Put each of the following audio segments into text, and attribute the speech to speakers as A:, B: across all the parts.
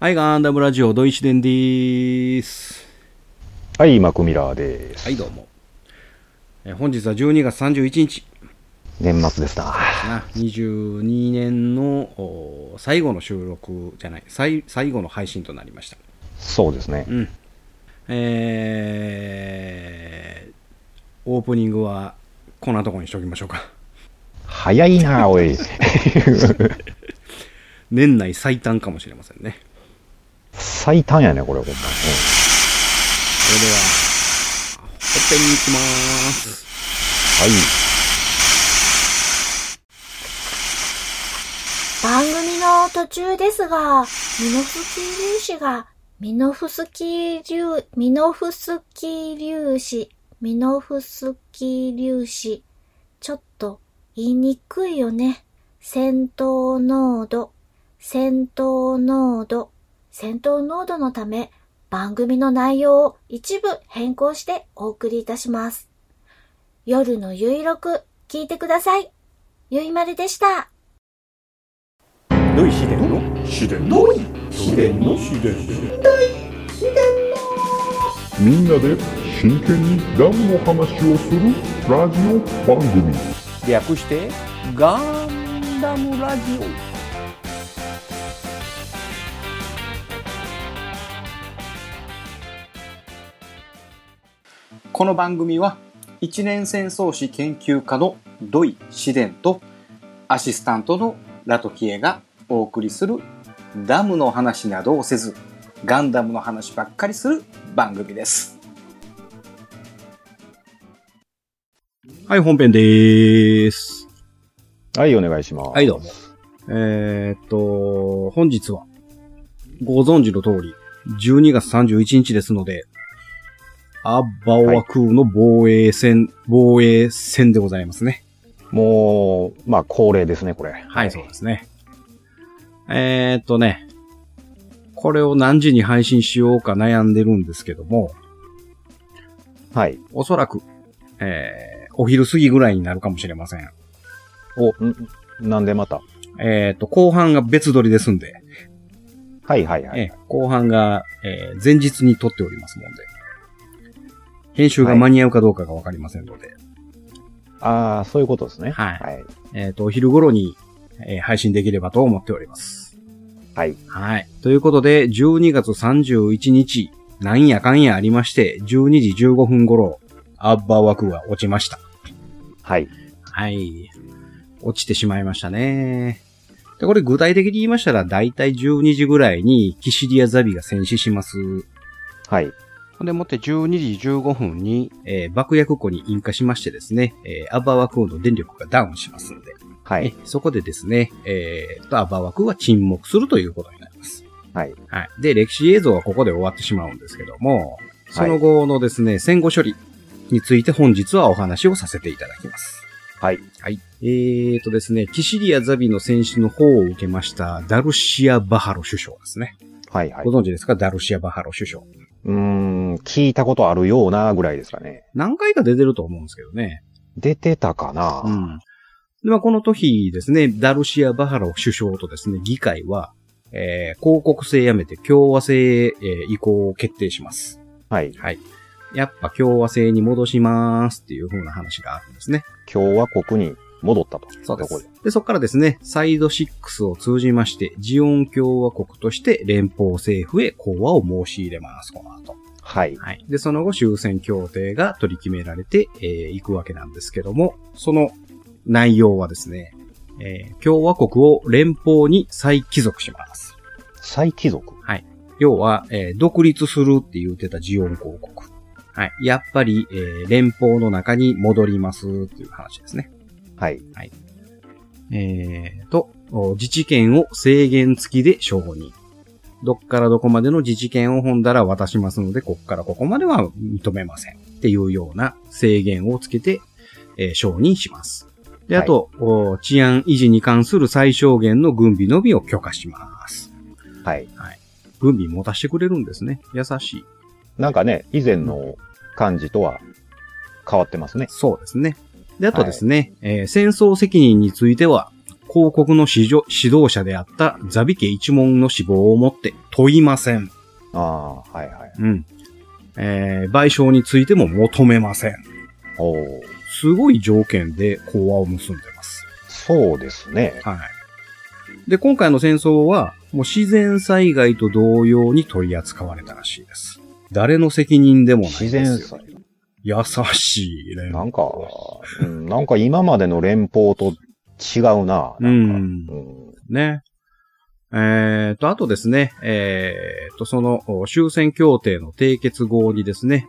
A: はい、ガンダムラジオ、ドイシデンでーす。
B: はい、マクミラーです。
A: はい、どうも。えー本日は12月31日
B: 年末ですな。
A: かな、22年のおー最後の収録じゃない最、最後の配信となりました。
B: そうですね
A: う。ん。えー、オープニングはこんなとこにしておきましょうか。
B: 早いな、おい。
A: 年内最短かもしれませんね。
B: 最短やね、これ、ほんま。
A: それでは、ほっぺに行きまーす。
C: 番組の途中ですが、ミノフスキー粒子が、ミノフスキー粒、ミノフスキー粒子、ミノフスキー粒子。ちょっと言いにくいよね。戦闘濃度、戦闘濃度、戦闘濃度のため、番組の内容を一部変更してお送りいたします。夜のゆいろく、聞いてください。ゆいまるでした。
D: のい秘伝の秘伝の秘伝の秘伝
E: みんなで真剣にダムの話をするラジオ番組
D: 略してガンダムラジオこの番組は一年戦争史研究家の土井紫伝とアシスタントのラトキエがお送りするダムの話などをせずガンダムの話ばっかりする番組です。
A: はい、本編でーす。
B: はい、はい、お願いします。
A: はい、どうも。えーっと、本日は、ご存知の通り、12月31日ですので、アッバオア空の防衛戦、防衛戦でございますね。
B: もう、まあ、恒例ですね、これ。
A: はい、そうですね。えーっとね、これを何時に配信しようか悩んでるんですけども、
B: はい。
A: おそらく、えー、お昼過ぎぐらいになるかもしれません。
B: お、んなんでまた。
A: えーっと、後半が別撮りですんで、
B: はい、はい、は
A: え
B: い。
A: え後半が、えー前日に撮っておりますもんで。編集が間に合うかどうかがわかりませんので。
B: ああ、そういうことですね。
A: はい
B: はい。
A: えっ、と、お昼頃に、えー配信できればと思っております。
B: はい。
A: はい。ということで、12月31日、なんやかんやありまして、12時15分頃、アッバー枠が落ちました。
B: はい。
A: はい。落ちてしまいましたね。で、これ具体的に言いましたら、だいたい12時ぐらいに、キシリアザビが戦死します。
B: はい。
A: ほんでもって12時15分に、えー爆薬庫に引火しましてですね、えーアバワ空の電力がダウンしますので、
B: はい
A: え。そこでですね、えー、とアバワ空は沈黙するということになります。
B: はい。
A: はい。で、歴史映像はここで終わってしまうんですけども、その後のですね、戦後処理について本日はお話をさせていただきます。
B: はい。
A: はい。えーとですね、キシリアザビの戦死の方を受けました、ダルシア・バハロ首相ですね。
B: はい、はい。
A: ご
B: う
A: 存知ですかダルシア・バハロ首相。
B: ーん、聞いたことあるようなぐらいですかね。
A: 何回か出てると思うんですけどね。
B: 出てたかな、
A: うん。で、まあ、この時ですね、ダルシア・バハロ首相とですね、議会は、えー、広告制やめて共和制へ、えー移行を決定します。
B: はい。
A: はい。やっぱ共和制に戻しますっていう風な話があるんですね。
B: 共和国に戻ったと。とこ
A: で。で、そこからですね、サイド6を通じまして、ジオン共和国として連邦政府へ講和を申し入れます、この後。
B: はい。
A: はい。で、その後、終戦協定が取り決められてい、えー行くわけなんですけども、その内容はですね、えー共和国を連邦に再帰属します。
B: 再帰属。
A: 要は、えー独立するって言ってたジオン公国。はい。やっぱり、えー連邦の中に戻りますっていう話ですね。
B: はい。
A: えーと、お自治権を制限付きで承認。どっからどこまでの自治権を本だら渡しますので、こっからここまでは認めません。っていうような制限をつけて、えー承認します。で、あと、お治安維持に関する最小限の軍備のみを許可します。
B: はい。
A: 軍備持たしてくれるんですね。優しい。
B: なんかね、以前の感じとは変わってますね。
A: そうですね。で、あとですね、えー戦争責任については、広告の指導指導者であったザビ家一門の死亡をもって問いません。
B: ああ、はいはい。
A: うん。えー賠償についても求めません。
B: おお、
A: すごい条件で講和を結んでます。
B: そうですね。
A: はい。で、今回の戦争は、もう自然災害と同様に取り扱われたらしいです。誰の責任でもない
B: 自
A: ですよ。
B: 然災
A: 優しいね。
B: なんか、うんなんか今までの連邦と違うな。な
A: う
B: んか
A: ん
B: う。ん
A: ね。えー、と、あとですね、えー、と、そのお終戦協定の締結後にですね、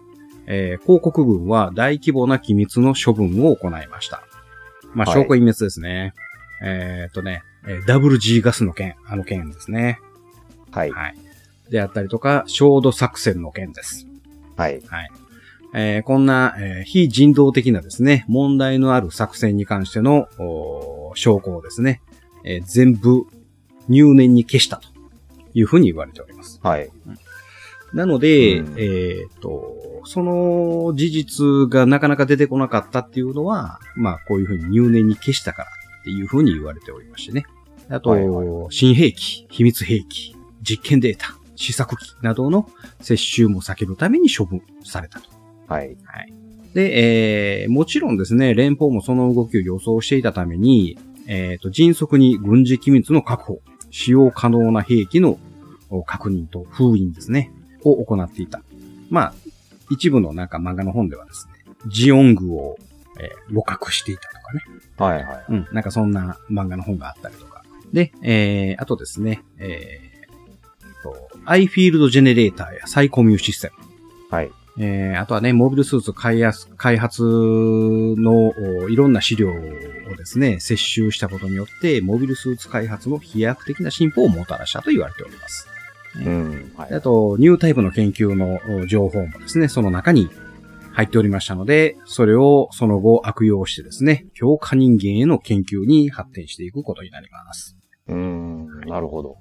A: えー、広告軍は大規模な機密の処分を行いました。まあ、
B: はい
A: 証拠隠滅ですね。えー、とね、えー WG ガスの件、あの件ですね。
B: はい。
A: はい。であったりとか、焦土作戦の件です。
B: はい。
A: えーこんな、えー非人道的なですね、問題のある作戦に関しての、おー証拠をですね、えー全部入念に消したというふうに言われております。
B: はい。
A: なので、
B: うん
A: えっと、その事実がなかなか出てこなかったっていうのは、まあこういうふうに入念に消したからっていうふうに言われておりましてね。あと、
B: はいは
A: 新兵器、秘密兵器、実験データ、試作機などの接収も避けるために処分されたと。
B: はい。
A: で、えーもちろんですね、連邦もその動きを予想していたために、えっ、と、迅速に軍事機密の確保、使用可能な兵器のお確認と封印ですね、を行っていた。まあ、一部のなんか漫画の本ではですね、ジオングを、えー露獲していたとかね、
B: はいはい。
A: うん、なんかそんな漫画の本があったりとか。で、えー、あとですね、えー、と、アイフィールドジェネレーターやサイコミューシステム。
B: はい。
A: えー、あとはね、モビルスーツ開発開発のおいろんな資料をですね、接収したことによって、モビルスーツ開発の飛躍的な進歩をもたらしたと言われております。
B: うん。は
A: であ
B: い。
A: と、ニュータイプの研究のお情報もですね、その中に入っておりましたので、それをその後悪用してですね、強化人間への研究に発展していくことになります。
B: うん。なるほど。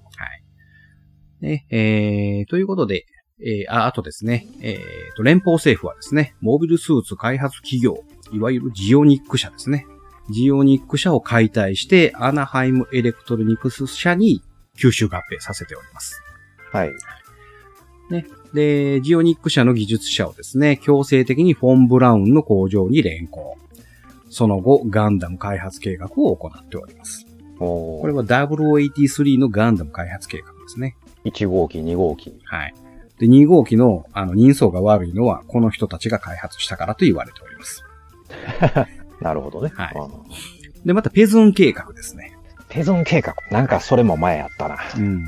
A: ね、えー、ということで、えー、あ、あとですね、えーと、連邦政府はですね、モビルスーツ開発企業、いわゆるジオニック社ですね。ジオニック社を解体して、アナハイムエレクトロニクス社に吸収合併させております。
B: はい。
A: で、ジオニック社の技術者をですね、強制的にフォン・ブラウンの工場に連行。その後、ガンダム開発計画を行っております。
B: お
A: これ
B: ー
A: は0083のガンダム開発計画ですね。
B: 1号機、2号機。
A: はい。で、2号機の、あの、人相が悪いのは、この人たちが開発したからと言われております。
B: なるほどね。
A: はい
B: うん
A: で、また、ペズン計画ですね。
B: ペゾン計画。なんかそれも前やったな。
A: うん。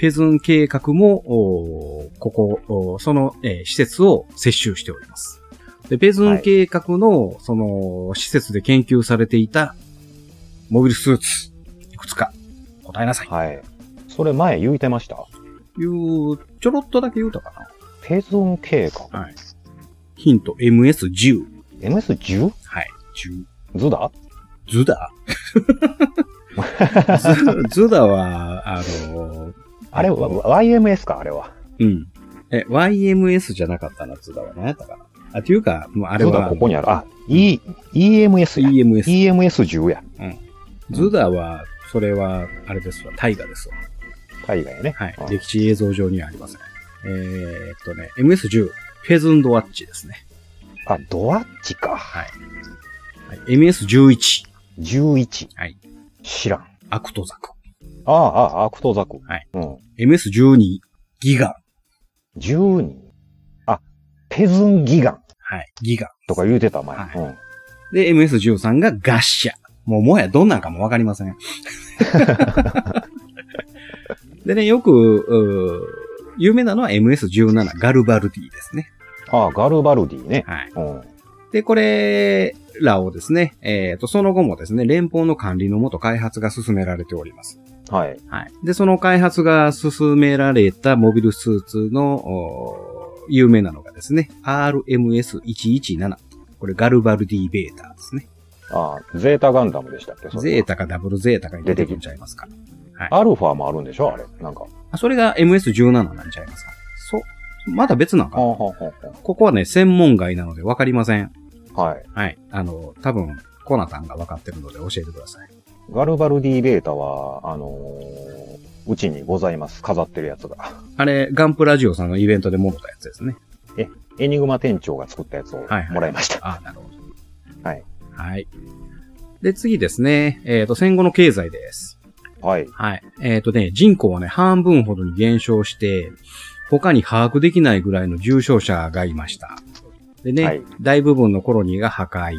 A: ペズン計画も、おーここ、おーその、えー施設を接収しております。で、ペズン計画の、その、施設で研究されていた、モビルスーツ、いくつか、答えなさい。
B: はい。それ前言うてました
A: いう、ちょろっとだけ言うたかな。
B: ペゾン計画。
A: はい。ヒント、MS10。
B: MS10?
A: はい。10。
B: 図だ
A: ズダズズダは、あの、
B: あれは、わ YMS か、あれは。
A: うん。え、YMS じゃなかったな、ズダは。何やったかな。あ、というか、もうあ
B: あ
A: れ
B: れ
A: は、
B: はここにある。あ、E、EMS や。
A: EMS。
B: EMS10 や。
A: ズダは、それは、あれですわ、大河ですわ。
B: 海外やね。
A: はい
B: あ。
A: 歴史映像上にはありません。えー、っとね、MS10、フェズンドワッチですね。
B: あ、ドアッチか。
A: はい、MS11、
B: 11。
A: はい。
B: 知らん。
A: アクトザク。
B: ああ、ああ、アクトザク。
A: はい。
B: うん。
A: MS12、ギガン。
B: 12。あ、ペズンギガン
A: はい、ギガン。
B: とか言うてた前。
A: はい
B: うん。
A: で、MS13 がガッシャ。もうもはやどんなんかもわかりません。でね、よく、うー有名なのは MS17 ガルバルディですね。
B: ああ、ガルバルディね。
A: はい。
B: うん。
A: で、これらをですね、えっ、と、その後もですね、連邦の管理のもと開発が進められております。
B: はい。
A: はい。で、その開発が進められたモビルスーツの、おー有名なのがですね、RMS117。これガルバルディベーターですね。
B: ああ、ゼータガンダムでしたっけそれ
A: ゼータかダブルゼータかに出てきちゃいますか。
B: アルファもあるんでしょあれ。なんか。
A: あそれが MS17 なんちゃいますか。そう。まだ別なんか
B: はあ
A: な
B: は
A: ここはね、専門外なので分かりません。
B: あはあはい。
A: はい。あの、多分、コナタンが分かってるので教えてください。
B: ガルバルディベータは、あのーうちにございます。飾ってるやつが。
A: あれ、ガンプラジオさんのイベントでもろたやつですね。
B: エニグマ店長が作ったやつをも
A: はいはい
B: らいました。
A: ああ、なるほど。
B: はい。
A: はい。で、次ですね。えっ、と、戦後の経済です。
B: はい。
A: はい。えっ、とね、人口はね、半分ほどに減少して、他に把握できないぐらいの重症者がいました。でね、
B: はい
A: 大部分のコロニーが破壊。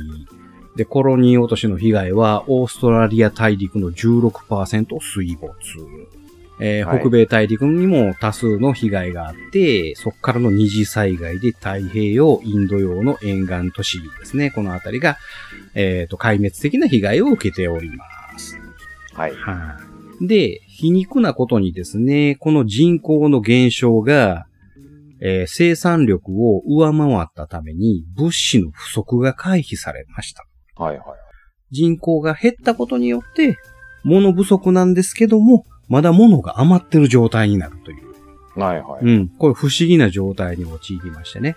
A: で、コロニー落としの被害は、オーストラリア大陸の16%水没。えー
B: はい
A: 北米大陸にも多数の被害があって、そこからの二次災害で太平洋、インド洋の沿岸都市ですね、この辺りが、えっ、と、壊滅的な被害を受けております。
B: はい。
A: はい。で、皮肉なことにですね、この人口の減少が、えー生産力を上回ったために物資の不足が回避されました。
B: はい。はい。
A: 人口が減ったことによって、物不足なんですけども、まだ物が余ってる状態になるという。
B: はい。はい。
A: うん。これ不思議な状態に陥りましてね。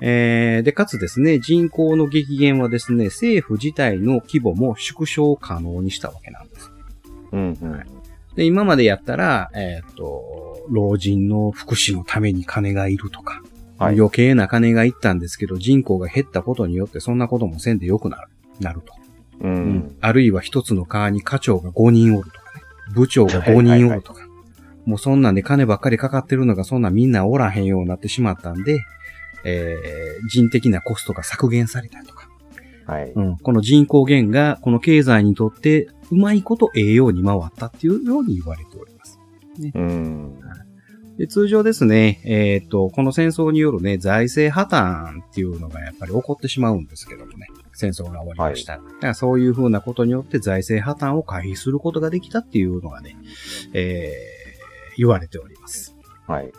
A: えー、で、かつですね、人口の激減はですね、政府自体の規模も縮小可能にしたわけなんです。
B: うん。うん
A: はいで、今までやったら、えーっと、老人の福祉のために金がいるとか、
B: はい
A: 余計な金がいったんですけど、人口が減ったことによってそんなこともせんでよくなる、なると。
B: う。
A: うんあるいは一つの川に課長が5人おるとかね、部長が5人おるとか、もうそんなんで金ばっかりかかってるのがそんなみんなおらへんようになってしまったんで、えー人的なコストが削減されたりとか、
B: はい。
A: うん、この人口減がこの経済にとってうまいこと栄養に回ったっていうように言われております。
B: うん。
A: で通常ですね、えーっと、この戦争によるね、財政破綻っていうのがやっぱり起こってしまうんですけどもね、戦争が終わりました。だからそういうふうなことによって財政破綻を回避することができたっていうのがね、えー言われております。
B: はい。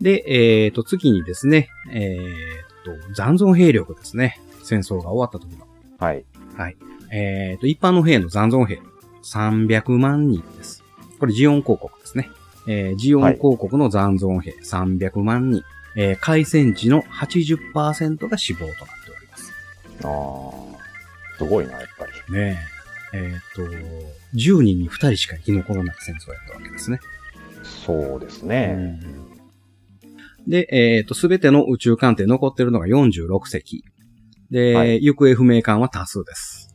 A: で、えーっと、次にですね、えーっと、残存兵力ですね。戦争が終わった時の。
B: はい。
A: えー、と、一般の兵の残存兵、300万人です。これ、ジオン公国ですね。えージオン公国の残存兵、300万人。えー開戦時の80%が死亡となっております。
B: ああ。すごいな、やっぱり。
A: ねえ。えーっ、と、10人に2人しか生き残らない戦争やったわけですね。
B: そうですね。
A: で、えーっ、と、すべての宇宙艦艇残ってるのが46隻。で、
B: はい
A: 行方不明艦は多数です。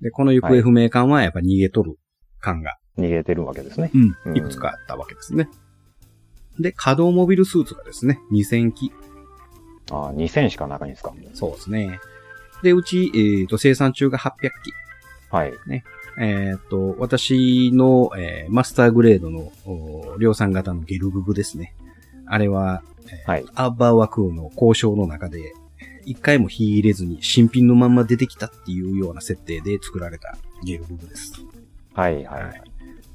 A: で、この行方不明艦はやっぱ逃げ取る艦が
B: 逃げてるわけですね。
A: う
B: うん
A: ん、いくつかあったわけですね。で、稼働モビルスーツがですね、2000機。
B: ああ、2000しか中にですか。
A: そうですね。で、うち、えーと、生産中が800機。
B: はい。
A: えっ、と、私の、えーマスターグレードのおー量産型のゲルググですね。あれは、えー
B: はい
A: アッバーワクーの交渉の中で、一回も火入れずに新品のまんま出てきたっていうような設定で作られたゲルググです。
B: はい。はい。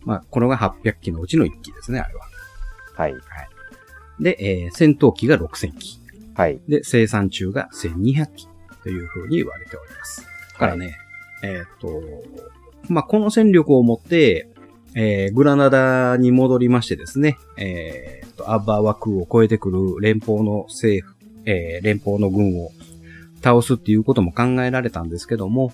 A: まあ、これが800機のうちの1機ですね、あれは。
B: はい。
A: で、えー戦闘機が6000機。
B: はい。
A: で、生産中が1200機というふうに言われております。だからね、えーっと、まあ、この戦力をもって、えーグラナダに戻りましてですね、えーっと、アッバー枠を超えてくる連邦の政府、えー連邦の軍を倒すっていうことも考えられたんですけども、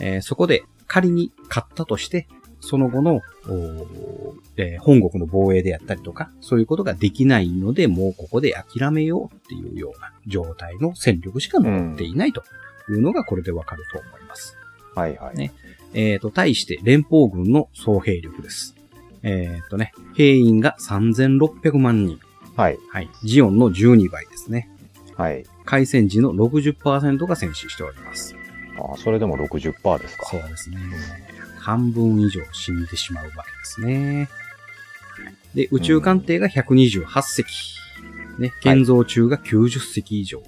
A: えーそこで仮に勝ったとして、その後の、おーえー本国の防衛であったりとか、そういうことができないので、もうここで諦めようっていうような状態の戦力しか残っていないというのがこれでわかると思います。
B: はい。はい。
A: ねえー、と、対して連邦軍の総兵力です。えー、とね、兵員が3600万人。
B: はい。
A: はい。ジオンの12倍ですね。
B: はい。
A: 開戦時の60%が戦死しております。
B: ああ、それでも60%ですか。
A: そうですね。半分以上死んでしまうわけですね。で、宇宙艦艇が128隻。ね、建造中が90隻以上。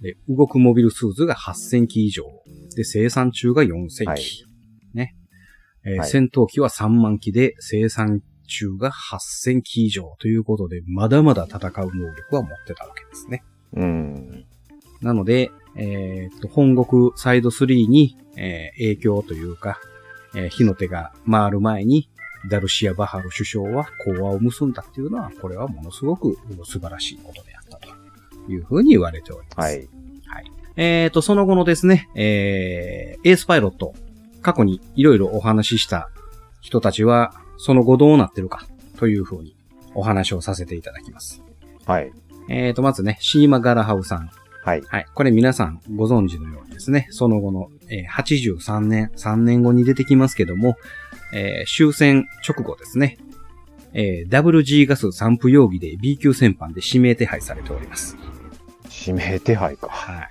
A: で、動くモビルスーツが8000機以上。で、生産中が4000機。
B: はい
A: ね。えー
B: はい
A: 戦闘機は3万機で、生産中が8000機以上ということで、まだまだ戦う能力は持ってたわけですね。
B: うん。
A: なので、えーっと、本国サイド3に、えー影響というか、えー火の手が回る前に、ダルシア・バハル首相は講和を結んだっていうのは、これはものすごく素晴らしいことであったというふうに言われております。
B: はい。
A: えーっと、その後のですね、えーエースパイロット、過去にいろいろお話しした人たちは、その後どうなってるか、というふうにお話をさせていただきます。
B: はい。
A: えーと、まずね、シーマ・ガラハウさん。
B: はい。
A: はい。これ皆さんご存知のようにですね、その後の、えー83年、3年後に出てきますけども、えー終戦直後ですね、えー WG ガス散布容疑で B 級戦犯で指名手配されております。
B: 指名手配か。
A: はい。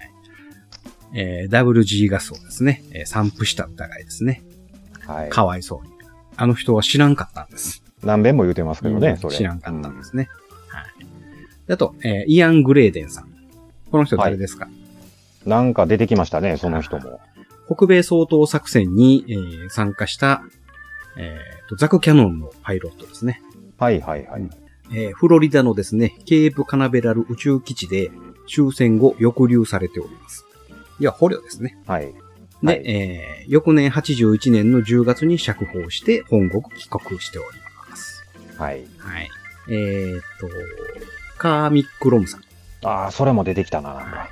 A: えー WG ガスをですね、えー散布した疑いですね。
B: はい。
A: かわいそうに。あの人は知らんかったんです。
B: 何遍も言うてますけど
A: う
B: ね
A: ん、
B: それ。
A: 知らんかったん
B: う
A: ですね。はい。であと、えーイアン・グレーデンさん。この人誰ですか、
B: なんか出てきましたね、その人も。
A: 北米総統作戦に、えー参加した、えーと、ザク・キャノンのパイロットですね。
B: はいはいはい。
A: えーフロリダのですね、ケープ・カナベラル宇宙基地で終戦後抑留されております。いや、捕虜ですね。
B: はい。
A: で、
B: はい
A: えー翌年81年の10月に釈放して本国帰国しております。
B: はい。
A: はい。えーっと、カーミック・ロムさん。
B: ああ、それも出てきたな、なんか。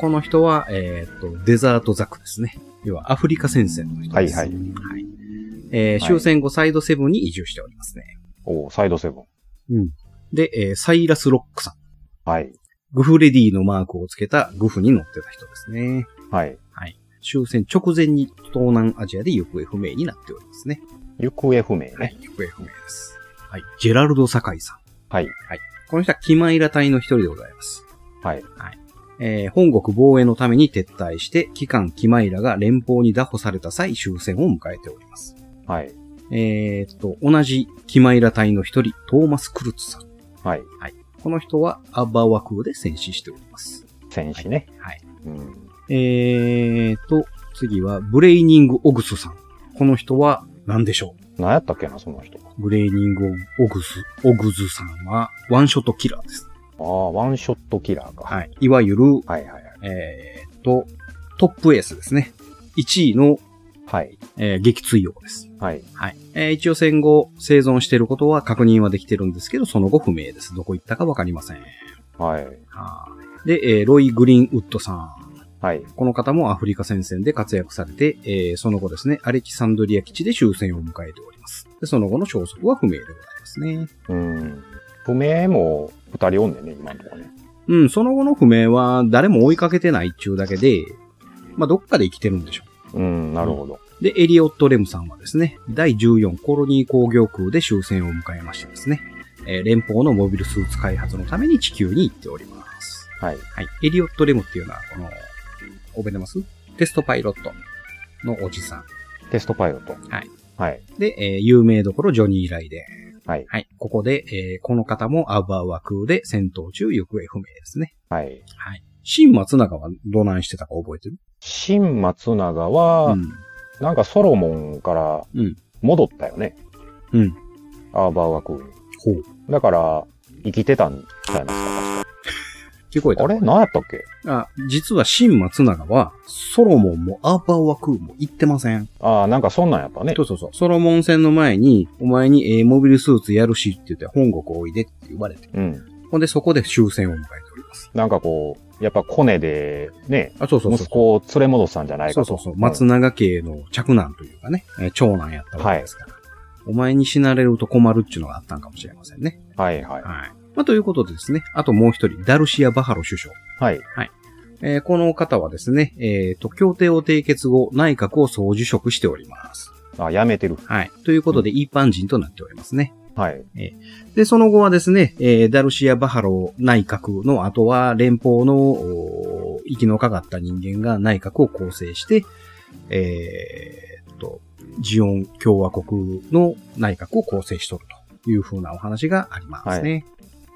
A: この人は、えーっと、デザートザクですね。要はアフリカ戦線の人
B: は
A: で
B: い
A: す。
B: はい。
A: はい。えー終戦後サイドセブンに移住しておりますね。
B: おーサイドセブン。
A: で、えーサイラス・ロックさん。
B: はい。
A: グフレディのマークをつけたグフに乗ってた人ですね。
B: はい。
A: 終戦直前に東南アジアで行方不明になっておりますね。
B: 行方不明
A: は
B: ね。
A: い、行方不明です。はい。ジェラルド・サカイさん。
B: はい。
A: この人はキマイラ隊の一人でございます。
B: はい。
A: えー本国防衛のために撤退して、機関キマイラが連邦に拿捕された際終戦を迎えております。
B: はい。
A: えーっと、同じキマイラ隊の一人、トーマス・クルツさん。
B: はい。
A: この人はアッバーワ空で戦死しております。
B: 戦士ね。
A: はい。
B: うん。
A: えーと、次は、ブレイニング・オグスさん。この人は、何でしょ
B: 何やったっけな、その人。
A: うブレイニング・オグス、オグズさんは、ワンショットキラーです。
B: ああ、ワンショットキラーか。
A: はい。いわゆる、
B: はいはいはい。
A: えーと、トップエースですね。1位の、
B: はい。
A: えー撃墜王です。
B: はい。
A: はい。えー一応戦後、生存していることは確認はできてるんですけど、その後不明です。どこ行ったかわかりません。
B: はい。
A: はいで、えーロイ・グリーンウッドさん。
B: はい。
A: この方もアフリカ戦線で活躍されて、えーその後ですね、アレキサンドリア基地で終戦を迎えております。で、その後の消息は不明でございますね。
B: うん。不明も二人おんねんね、今のとこね。
A: うん、その後の不明は誰も追いかけてないっちゅうだけで、まあ、どっかで生きてるんでしょ
B: うん、なるほど。
A: う。で、エリオット・レムさんはですね、第14コロニー工業空で終戦を迎えましてですね、えー連邦のモビルスーツ開発のために地球に行っております。
B: はい。
A: はい。エリオット・レムっていうのは、この、覚えてますテストパイロットのおじさん。
B: テストパイロット。
A: はい。
B: はい。
A: で、えー有名どころジョニー・ライデン。
B: はい
A: はい。ここで、えーこの方もアバーワ空で戦闘中行方不明ですね。
B: はい。
A: はい。新松永はどないしてたか覚えてる
B: 新松永は、
A: うん。
B: なんかソロモンから
A: うん
B: 戻ったよね。
A: うん。
B: アーバーワクー
A: ほう。
B: ン。だから、生きてたんちゃいます
A: 聞こえ
B: か
A: た
B: あれ何やったっけ
A: あ、実は新松永は、ソロモンもアバーワ空も行ってません。
B: ああ、なんかそんなんやったね
A: そ。うそうそう。ソロモン戦の前に、お前に、えーモビルスーツやるしって言って、本国おいでって言われて。
B: うん。
A: ほんで、そこで終戦を迎えております。
B: なんかこう、やっぱコネで、ね、
A: あ、そうそうそう
B: 息。子を連れ戻したんじゃない
A: そ
B: か
A: う
B: と。
A: そうそう。松永家の着男というかね、えー長男やったわけですから。お前に死なれると困るっちゅうのがあったんかもしれませんね。
B: うんはいはい。
A: はい。まあ、ということでですね、あともう一人、ダルシア・バハロ首相。
B: はい。
A: えーこの方はですね、えっ、と、協定を締結後、内閣を総辞職しております。
B: あ、やめてる。
A: はい。ということで、一般人となっておりますね。
B: はい。
A: で、その後はですね、えーダルシア・バハロ内閣の後は連邦のおー息のかかった人間が内閣を構成して、えーっと、ジオン共和国の内閣を構成しとるというふうなお話がありますね。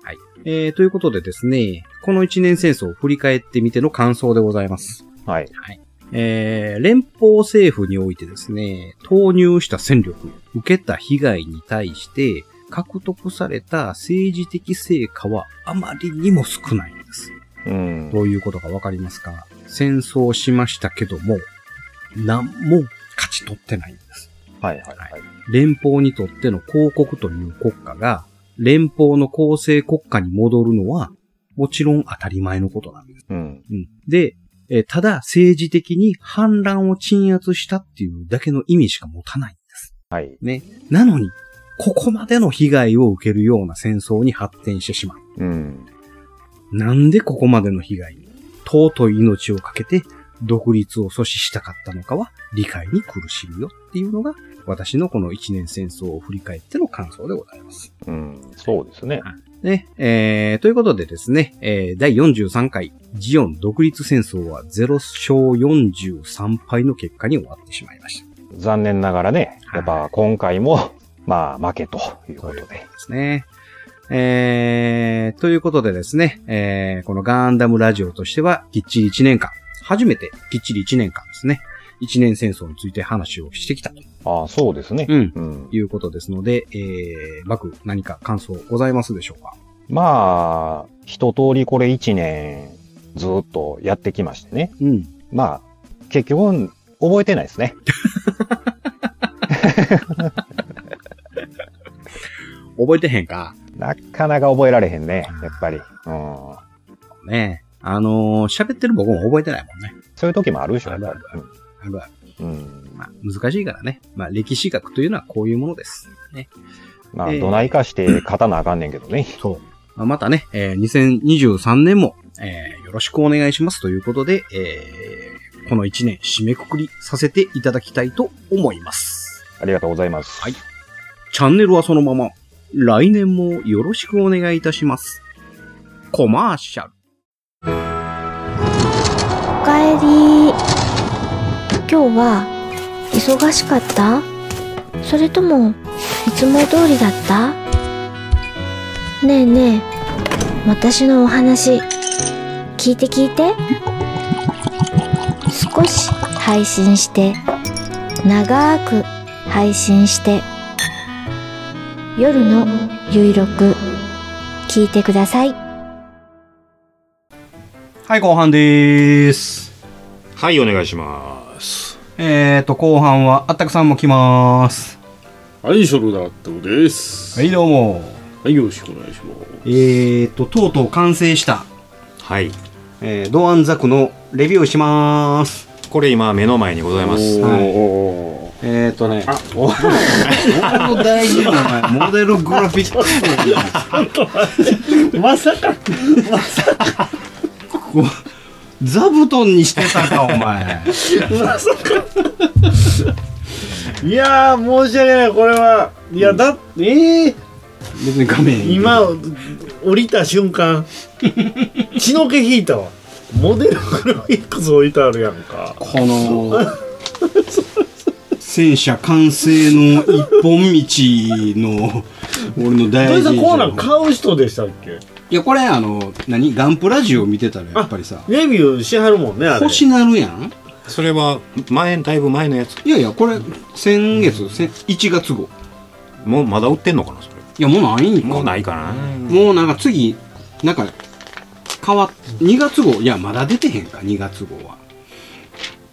A: はい、えーということでですね、この一年戦争を振り返ってみての感想でございます。
B: はい。
A: えー連邦政府においてですね、投入した戦力、受けた被害に対して、獲得された政治的成果はあまりにも少ないんです。
B: うん。
A: どういうことかわかりますか戦争しましたけども、何も勝ち取ってないんです。
B: はいはいはい。
A: 連邦にとっての公国という国家が、連邦の構成国家に戻るのは、もちろん当たり前のことなんです
B: うん。
A: うんで、えーただ政治的に反乱を鎮圧したっていうだけの意味しか持たないんです。
B: はい。
A: ね。なのに、ここまでの被害を受けるような戦争に発展してしまう。
B: うん。
A: なんでここまでの被害に、尊い命を懸けて独立を阻止したかったのかは理解に苦しむよっていうのが、私のこの一年戦争を振り返っての感想でございます。
B: うん。そうですね。
A: ね、えー、ということでですね、えー、第43回、ジオン独立戦争は0勝43敗の結果に終わってしまいました。
B: 残念ながらね、
A: はい
B: やっぱ今回も、まあ、負けということで。
A: ですね。えー、ということでですね、えー、このガンダムラジオとしては、きっちり1年間、初めてきっちり1年間ですね、1年戦争について話をしてきたと
B: ああ、そうですね。
A: うん
B: うん。
A: いうことですので、えー、バク何か感想ございますでしょうか
B: まあ、一通りこれ一年ずっとやってきましてね。
A: うん。
B: まあ、結局、覚えてないですね。
A: 覚えてへんか
B: なかなか覚えられへんね。やっぱり。うん。
A: ねあのー喋ってる僕も覚えてないもんね。
B: そういう時もあるでしょ。や
A: あ
B: っ
A: るあ
B: ぱ
A: るあるある
B: りうん。うん
A: まあ、難しいからね。まあ、歴史学というのはこういうものです。ね。
B: まあ、
A: えー
B: どないかして勝たなあかんねんけどね。
A: そう。まあ、またね、えー2023年も、えーよろしくお願いしますということで、えーこの1年締めくくりさせていただきたいと思います。
B: ありがとうございます。
A: はいチャンネルはそのまま、来年もよろしくお願いいたします。コマーシャル。
C: おかえり今日は忙しかったそれともいつも通りだったねえねえ私のお話聞いて聞いて少し配信して長く配信して夜のゆいろく聞いてください
A: はい、後半でーす。
F: はい、お願いします。
A: えーと、後半はあったくさんも来まーす。
F: はい、ショルダーアットです。
A: はい、どうも。
F: はい、よろしくお願いします。
A: えーと、とうとう完成した、
F: はい。
A: えー、ドアンザクのレビューをしまーす。
F: これ今、目の前にございます。
A: はい、えー、っとね、おこの大事なお前モデルグラフィックス
F: まさか。
A: こう座布団にしてたかお前
F: いやー、申し訳ない、これは。いや、だええ
A: 別に画面
F: 今、降りた瞬 間、血の気引いたわ。モデルグラフィックス置いてあるやんか。
A: この戦車完成の一本道の俺の
F: 土
A: 大
F: 井さ
A: 事
F: ん、
A: な
F: こうなん買う人でしたっけ
A: いやこれあの何ガンプラジオ見てたらやっぱりさ
F: レビューしはるもんね、あれ。
A: 欲しなるやん
G: それは前だいぶ前のやつ
A: いやいやこれ先月せ1月号
G: もうまだ売ってんのかなそれ
A: いやもうないんか
G: もうないかな、
A: もうなんか次、なんか、変わっ、2月号、いや、まだ出てへんか、2月号は。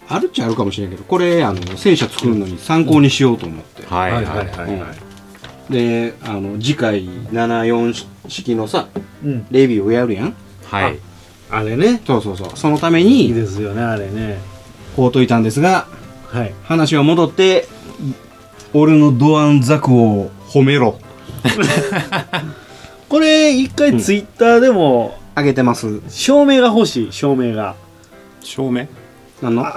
A: あるっちゃあるかもしれんけど、これ、あの、戦車作るのに参考にしようと思って。
G: はい
F: は
G: はいい
F: は
G: はいい、
F: はいはい。
A: で、あの、次回、74式のさ、
F: うん
A: レビューをやるやん。
G: はい、
F: あれね。
A: そうそうそう。そのため
F: いい
A: に、
F: ですよね、あれね。
A: こうといたんですが、
F: はい。
A: 話は戻って、俺のドアンザクを褒めろ。
F: これ一回ツイッターでも
A: あげてます。
F: 照明が欲しい照明が
G: 照明
A: なんの
F: あ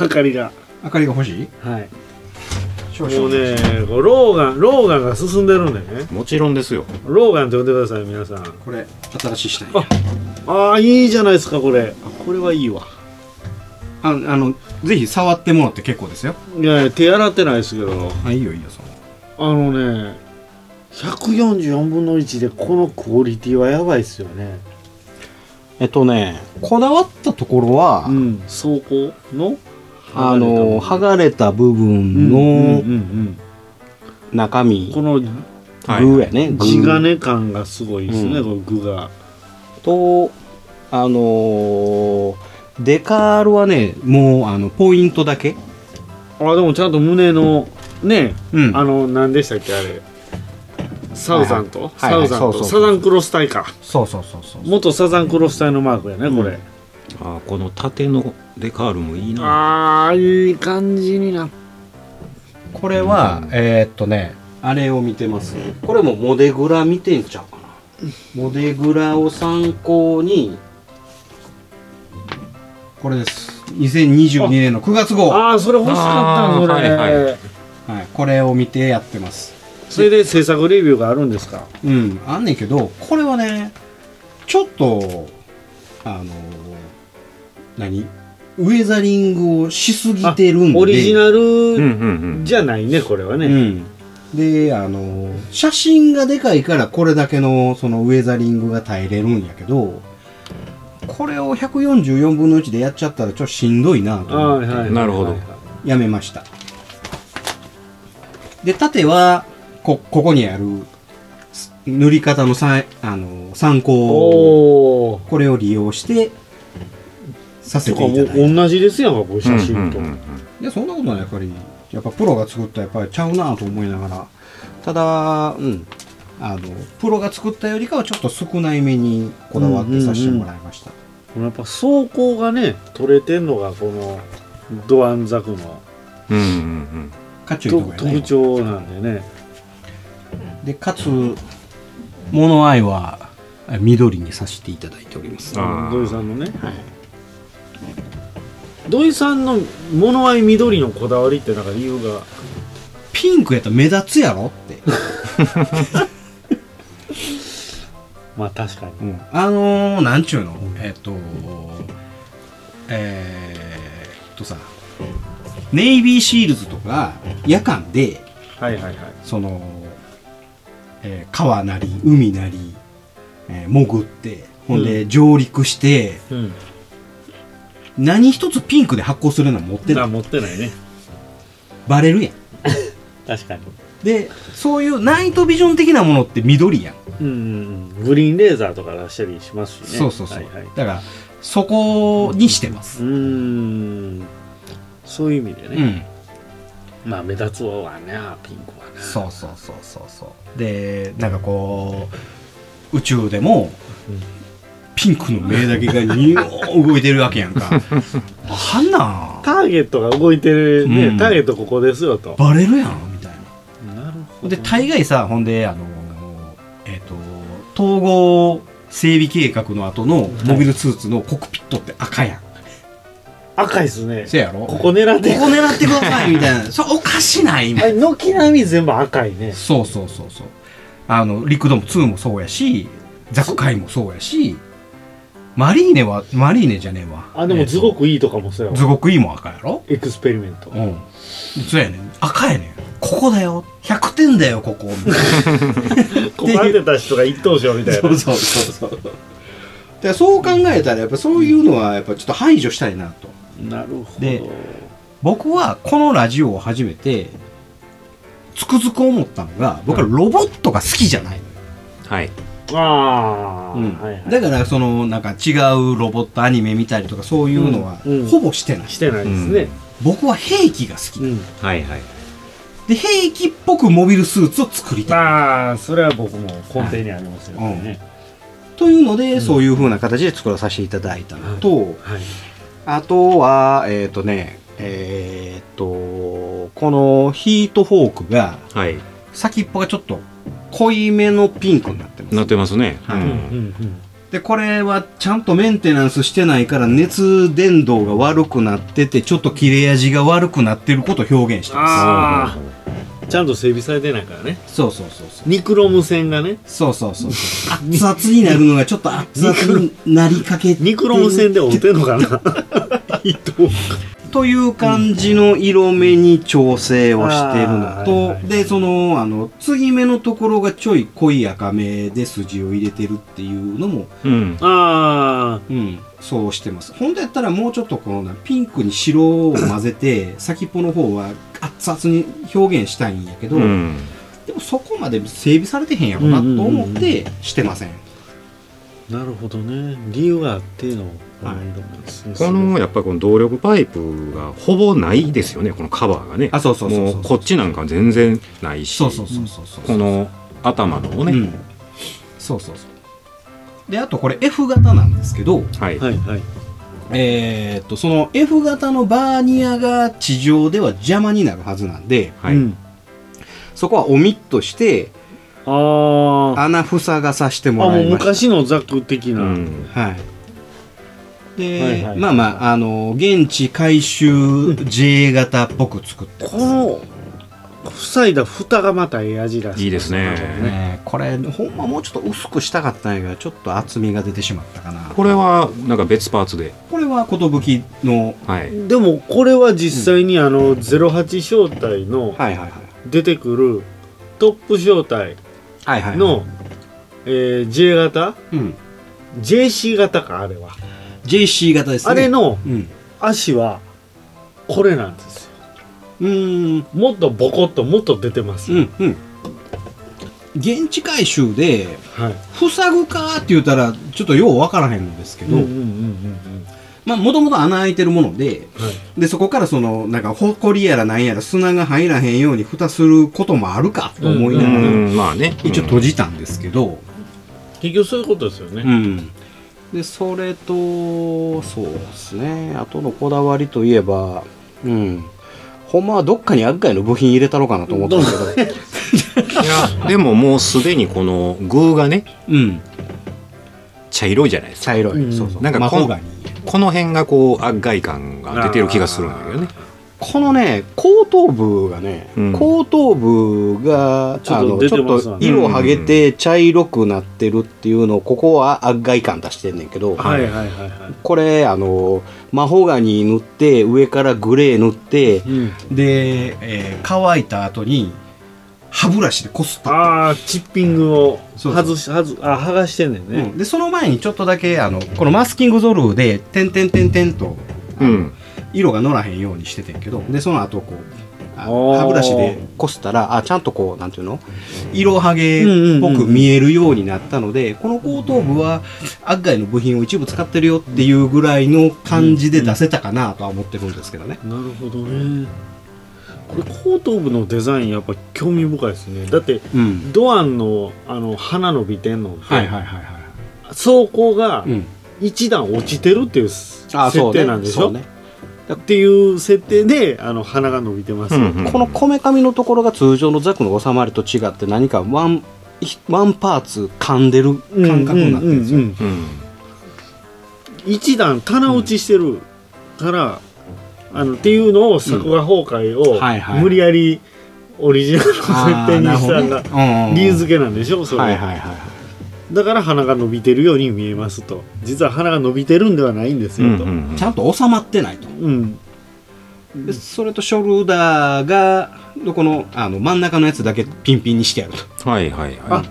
F: 明かりが
A: 明かりが欲しい
F: はい
A: 少
F: もうねこうローガンローガンが進んでるんだよね
G: もちろんですよ
F: ローガンって呼んでください皆さん
A: これ、新しいしたんや。
F: ああいいじゃないですかこれこれはいいわ
A: ああの、ぜひ触ってもらって結構ですよ。
F: いやいや手洗ってないですけど
A: あ、いいよいいよ、その。
F: あのね144分の1でこのクオリティはやばいっすよね
A: えっとね、こだわったところは、
F: うん走行の
A: あの、剥
F: が
A: がれた部分
F: の
A: の中身、
F: この
G: はい
A: 具やね、具
F: 地金感がすごいです
A: う
F: ね、
A: ん
F: この具が
A: と、あのーデカールはね、もう、あの、ポイントだけ。
F: あでもちゃんと胸のね
A: うん
F: あの何でしたっけあれサウザンと、
A: はいはい
F: サウザンと
A: そうそうそう
F: サザンクロス隊か
A: そうそうそうそう。
F: 元サザンクロス隊のマークやねこれ、
G: はあこの縦のデカールもいいな
F: ああいい感じになっ
A: これは、えーっとね、あれを見てます。これもモデグラ見てんちゃうかな。モデグラを参考に、これです。2022年の9月号。は、
F: ああそれ欲しかった
G: あー
F: それ、
G: はいはい
A: これを見てやってます。
F: それで制作レビューがあるんですか
A: うん、あんねんけど、これはね、ちょっと、あの、何ウェザリングをしすぎてるんで。
F: オリジナ
G: うんう
F: ル
G: んうん
F: じゃないねこれはね、
A: うん。で、あの、写真がでかいからこれだけのそのウェザリングが耐えれるんやけど、これを144分の1でやっちゃったらちょっとしんどいなと思って
F: はいはい
G: なるほど
A: やめました。で、縦は、こ、ここにあるす塗り方のさあの参考を
F: おお
A: これを利用してさせ
F: とか
A: てい
F: も
A: た
F: う
A: だい
F: 同じですやんかこれ写
G: うん
F: 真と、
G: うんうん
A: て。いや、そんなことない、やっぱり。やっぱプロが作ったらやっぱりちゃうなと思いながら。ただ、うん。あの、プロが作ったよりかはちょっと少ないめにこだわってさせてもらいました。
F: このやっぱ走行がね取れてんのがこのドアンザクの
G: うんうんうん
A: かっちゅうと
F: と
A: こや
F: 特
A: ね。
F: 徴なんでね
A: で、かつ、物合いはえ緑にさせていただいております。
G: あー
F: 土井さんのね、土井さんの物合い緑のこだわりってなんか理由が
A: ピンクやったら目立つやろって。
F: まあ確かに
A: うんあのー、なんちゅうの、えっと、えーっとさ、ネイビーシールズとか、夜間で、
F: はいはいはい
A: その、えー川なり、海なり、えー潜って、ほんで上陸して、
F: うん
A: 何一つピンクで発光するのは持って
F: あ
A: ない。
F: 持ってないね
A: バレるやん。
F: 確かに
A: で、そういうナイトビジョン的なものって緑やん。
F: うんうんうんグリーンレーザーとか出したりしますしね
A: そうそうそう。
F: はいはい、う
A: だから、そこにしてます。
F: ーんそういう意味で
A: う
F: ね、
A: ん
F: まあ目立つわねピンクはね
A: そうそうそうそうそうでなんかこう宇宙でも
F: うん
A: ピンクの目だけが にー動いてるわけやんかあんなん
F: ターゲットが動いてるね、
A: うん
F: ターゲットここですよと
A: バレるやんみたい
F: なるほ
A: な
F: ど
A: で大概さほんであのえっ、と統合整備計画の後のモビルスーツのコックピットって赤やん、
F: 赤いですね
A: せやろ
F: ここ狙っ
A: こ
F: て
A: こ狙ってくださいみたいなそうおかしないみたいな
F: あれ軒並み全部赤いね
A: そうそうそうそうあの陸ドーム2もそうやしザクカイもそうやしマリーネはマリーネじゃねえわ
F: あでも
A: えーと
F: すごくいいとかもそうやわ
A: ズゴクイも赤やろ
F: エクスペリメント
A: うんそうやねん赤やねんここだよ100点だよここ
F: 困ってた人が一等賞みたいな
A: そうそうそうでそう考えたらやっぱそういうのはやっぱちょっと排除したいなと
F: なるほ
A: で
F: ど
A: 僕はこのラジオを始めてつくづく思ったのが僕はロボットが好きじゃないのよ
G: はい
F: あ
A: う
F: あ、
A: ん
F: はいはい
A: だからそのなんか違うロボットアニメ見たりとかそういうのは
F: うんうん
A: ほぼしてない、
F: してないですね
A: 僕は兵器が好き、
F: うん、
G: はいはい
A: で兵器っぽくモビルスーツを作りたい
F: まあそれは僕も根底にありますよね、
A: というので、そういう風な形で作らさせていただいたのと、
F: はい
A: あとはえっ、とねえっ、とこのヒートフォークが
G: はい
A: 先っぽがちょっと濃いめのピンクになってます
G: なってますねう
A: はい
F: うん
G: ん
F: うん
A: でこれはちゃんとメンテナンスしてないから熱伝導が悪くなっててちょっと切れ味が悪くなってることを表現してま
F: ああちゃんと整備されてないからね
A: すそうそうそうそう
F: ニクロム線がね
A: そうそうそうそう熱々になるのがちょっと熱々になりかけて
F: ニクロム線で追ってんのか な伊藤
A: という感じの色目に調整をしてるの
F: うんあーはい
A: と、
F: はい
A: でそのあの継ぎ目のところがちょい濃い赤目で筋を入れてるっていうのも、
G: うん
F: あ
A: うん、そうしてます本当やったらもうちょっとこのなピンクに白を混ぜて先っぽの方は熱々に表現したいんやけど、
G: うん
A: でもそこまで整備されてへんやろなと思ってしてません、
F: あなるほどね理由があっての
A: はい
F: あれだもんですね
G: このやっぱりこの動力パイプがほぼないですよねこのカバーがね
A: あそうそうそうそう
G: もうこっちなんか全然ないし
A: そうそうそうそうそう
G: この頭のを
A: う
G: ね
A: ん、そうそうそうであとこれ F 型なんですけど、
G: はい
F: はいはい
A: えーっと、その F 型のバーニアが地上では邪魔になるはずなんで、
G: はい。
F: うん
A: そこはオミットして、
F: ああ。あ、
A: 穴塞がさせても
F: も
A: ら
F: う
A: いました。
F: 昔のザック的
G: う
F: な。
G: ん。
A: はい。で、
F: はいはい
A: まあまあ、あの、現地回収 J 型っぽく作ってます
F: こ。の、塞いだ蓋がまたええ味だし。
G: いいですね
A: ね、これほんまもうちょっと薄くしたかったんやけどちょっと厚みが出てしまったかな
G: これは、なんか別パーツで。
A: これは寿の
G: はい。
F: でもこれは実際にあの08正体
A: は
F: の
A: いはいはい
F: 出てくるトップ正体
A: はいはい
F: の、えー J 型
A: うん
F: JC 型かあれは
A: JC 型ですね
F: あれの
A: うん
F: 足はこれなんですよ
A: うーん
F: もっとボコッともっと出てます、
A: うんうん現地回収で
F: はい
A: 塞ぐかって言ったらちょっとようわからへんんですけど、
F: うんうんうん
A: まあもともと穴開いてるもので
F: うんはい
A: でそこからそのなんかほこりやらなんやら砂が入らへんように蓋することもあるかと思いな
G: う
A: がら、
G: ん、まあね。
A: 一応閉じたんですけど、
F: 結局そういうことですよね、
A: うん、でそれとそうですねあとのこだわりといえばうんほんまはどっかに厄介の部品入れたろうかなと思ったんですけど
G: いや、でももうすでにこの具がね、
A: うん
G: 茶色いじゃないですか。
A: 茶色い、
F: うん
A: そうそう
G: なんか
A: 魔
G: こん
A: 法ガニ
G: この辺がこう、悪外感が出てる気がするんだけどね。
A: このね後頭部がね、
G: うん
A: 後頭部が
F: ちょっと
A: あの
F: 出
A: ち
F: て
A: ょ
F: ま
A: っ
F: すわ
A: と
F: ね
A: 色を剥げて茶色くなってるっていうのをここは悪外感出してんねんけど、
F: はいはいはいはい
A: これあのマホガニ塗って上からグレー塗って、
F: うん、
A: で、えー乾いた後に歯ブラシでこすった、
F: ああチッピングを
A: そうそう
F: 外し外あ剥がしてんねん
A: う
F: ね、
A: んでその前にちょっとだけあのこのマスキングゾルで点々点々と
G: うん。
A: 色が乗らへんようにしててんけどでその後こうあ
F: おー
A: 歯ブラシでこすったらあちゃんとこうなんていうの色はげっぽ
F: うんうんうん
A: く
F: うん
A: 見えるようになったので、この後頭部はアッガイの部品を一部使ってるよっていうぐらいの感じで出せたかなとは思ってるんですけどね。
F: なるほどねこれ後頭部のデザインやっぱ興味深いですねだって
A: うん、
F: ドアンのあの花伸びてんのって、
A: はいはいはいは
F: 走行が
A: い。うん、
F: 一段落ちてるっていう設
A: あそう
F: 定
A: ね
F: なんでし
A: そ
F: ょ、
A: うね
F: っていう設定であの鼻が伸びてます、
G: うんうん
A: このこめかみのところが通常のザクの収まりと違って何かワンひワンパーツ噛んでる感覚になってるんですよ。
F: ううう
G: うん。
F: 一段棚落ちしてるから、あのっていうのを作画崩壊を、
A: うんはいはい
F: 無理やりオリジナルの設
A: あ
F: 定
A: ー
F: に
A: なる
F: し
A: ほ
F: た
A: ど
F: ん
A: ね
F: だ
A: うんうん
F: 理由付けなんでしょそれ、
A: はいはいはい。
F: だから鼻が伸びてるように見えますと実は鼻が伸びてるんではないんです
G: う
F: よ
G: ん
F: と、
G: う
F: うん
G: ん
A: ちゃんと収まってないと。でそれとショルダーがこのあの真ん中のやつだけピンピンにしてやると。
G: はいはいは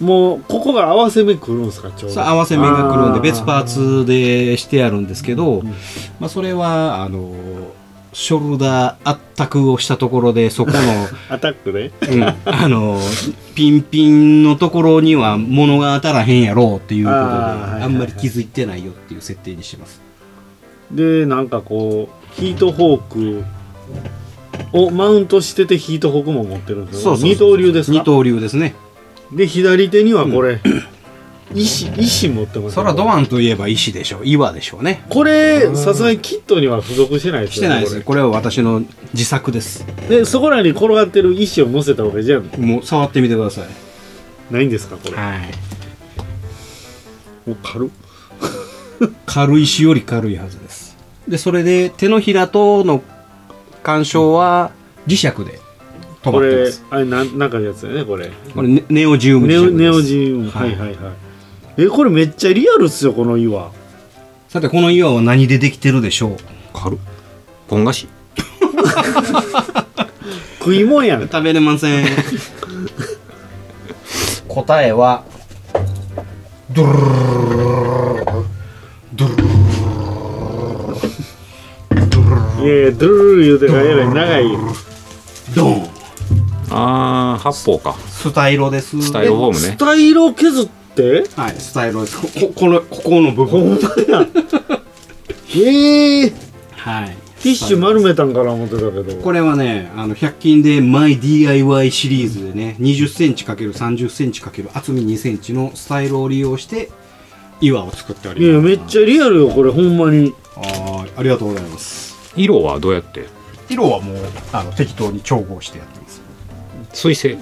F: もうここが合わせ目くるんですかちょう
A: そ
F: ど
A: う合わせ目がくるんで
F: あー
A: 別パーツでしてやるんですけど、
F: ん
A: まあ、それはあのショルダー圧迫をしたところでそこの。
F: アタックで
A: うんあの、ピンピンのところには物が当たらへんやろうっていうことで、
F: あーはいはいはい
A: あんまり気づいてないよっていう設定にしてます。
F: でなんかこうヒートホークをマウントしててヒートホークも持ってるんですよ二刀流です
A: 二
F: か
A: 刀流ですね。
F: で左手にはこれ、石石持ってます
A: そらドアンといえば石でしょう。岩でしょうね。
F: これさすがにキットには付属してないです
A: し
F: よ
A: て
F: ね
A: ないです。これは私の自作です。
F: これでそこらに転がってる石を乗せたわけじゃ
A: もう触ってみてください。
F: ないんですかこれ
A: はい。
F: もう軽っ
A: 軽石より軽いはずです。で、それで手のひらとの干渉は磁石で止ま
F: こ
A: ってま
F: れ
A: す。
F: あれなんなんかのやつだよねこれ
A: これネネオジウム磁
F: ネ
A: 石で
F: オ
A: す。
F: ネオジウムは
A: はいい
F: はいはいえこれめっちゃリアルっすよこの岩
A: さて、この岩は何でできてるでしょう
G: い。軽っ。ポン菓子
F: 食いもんやん
A: 食べれません 答えはドゥルルルルルルルルルルル
F: いやいやドゥルルル言うてるからえらい長い
A: ドン
G: ああ、八方か。
A: スタイロです
G: スタイロフォームね
F: ス。タイロ削って
A: はいスタイロですここ このここの部
F: ほんま
A: 分
F: や。ええー、テ
A: はい
F: ィッシュ丸めたんかな思ってたけど。
A: これはねあの100均でマイ DIY シリーズでね 20cm×30cm× 厚み 2cm のスタイロを利用して岩を作っており
F: いや、
A: ます
F: めっちゃリアルよ、これ、ほんまに。
A: ありがとうございます
G: 色はどうやって
A: 色はもうあの適当に調合してやってます
G: 水性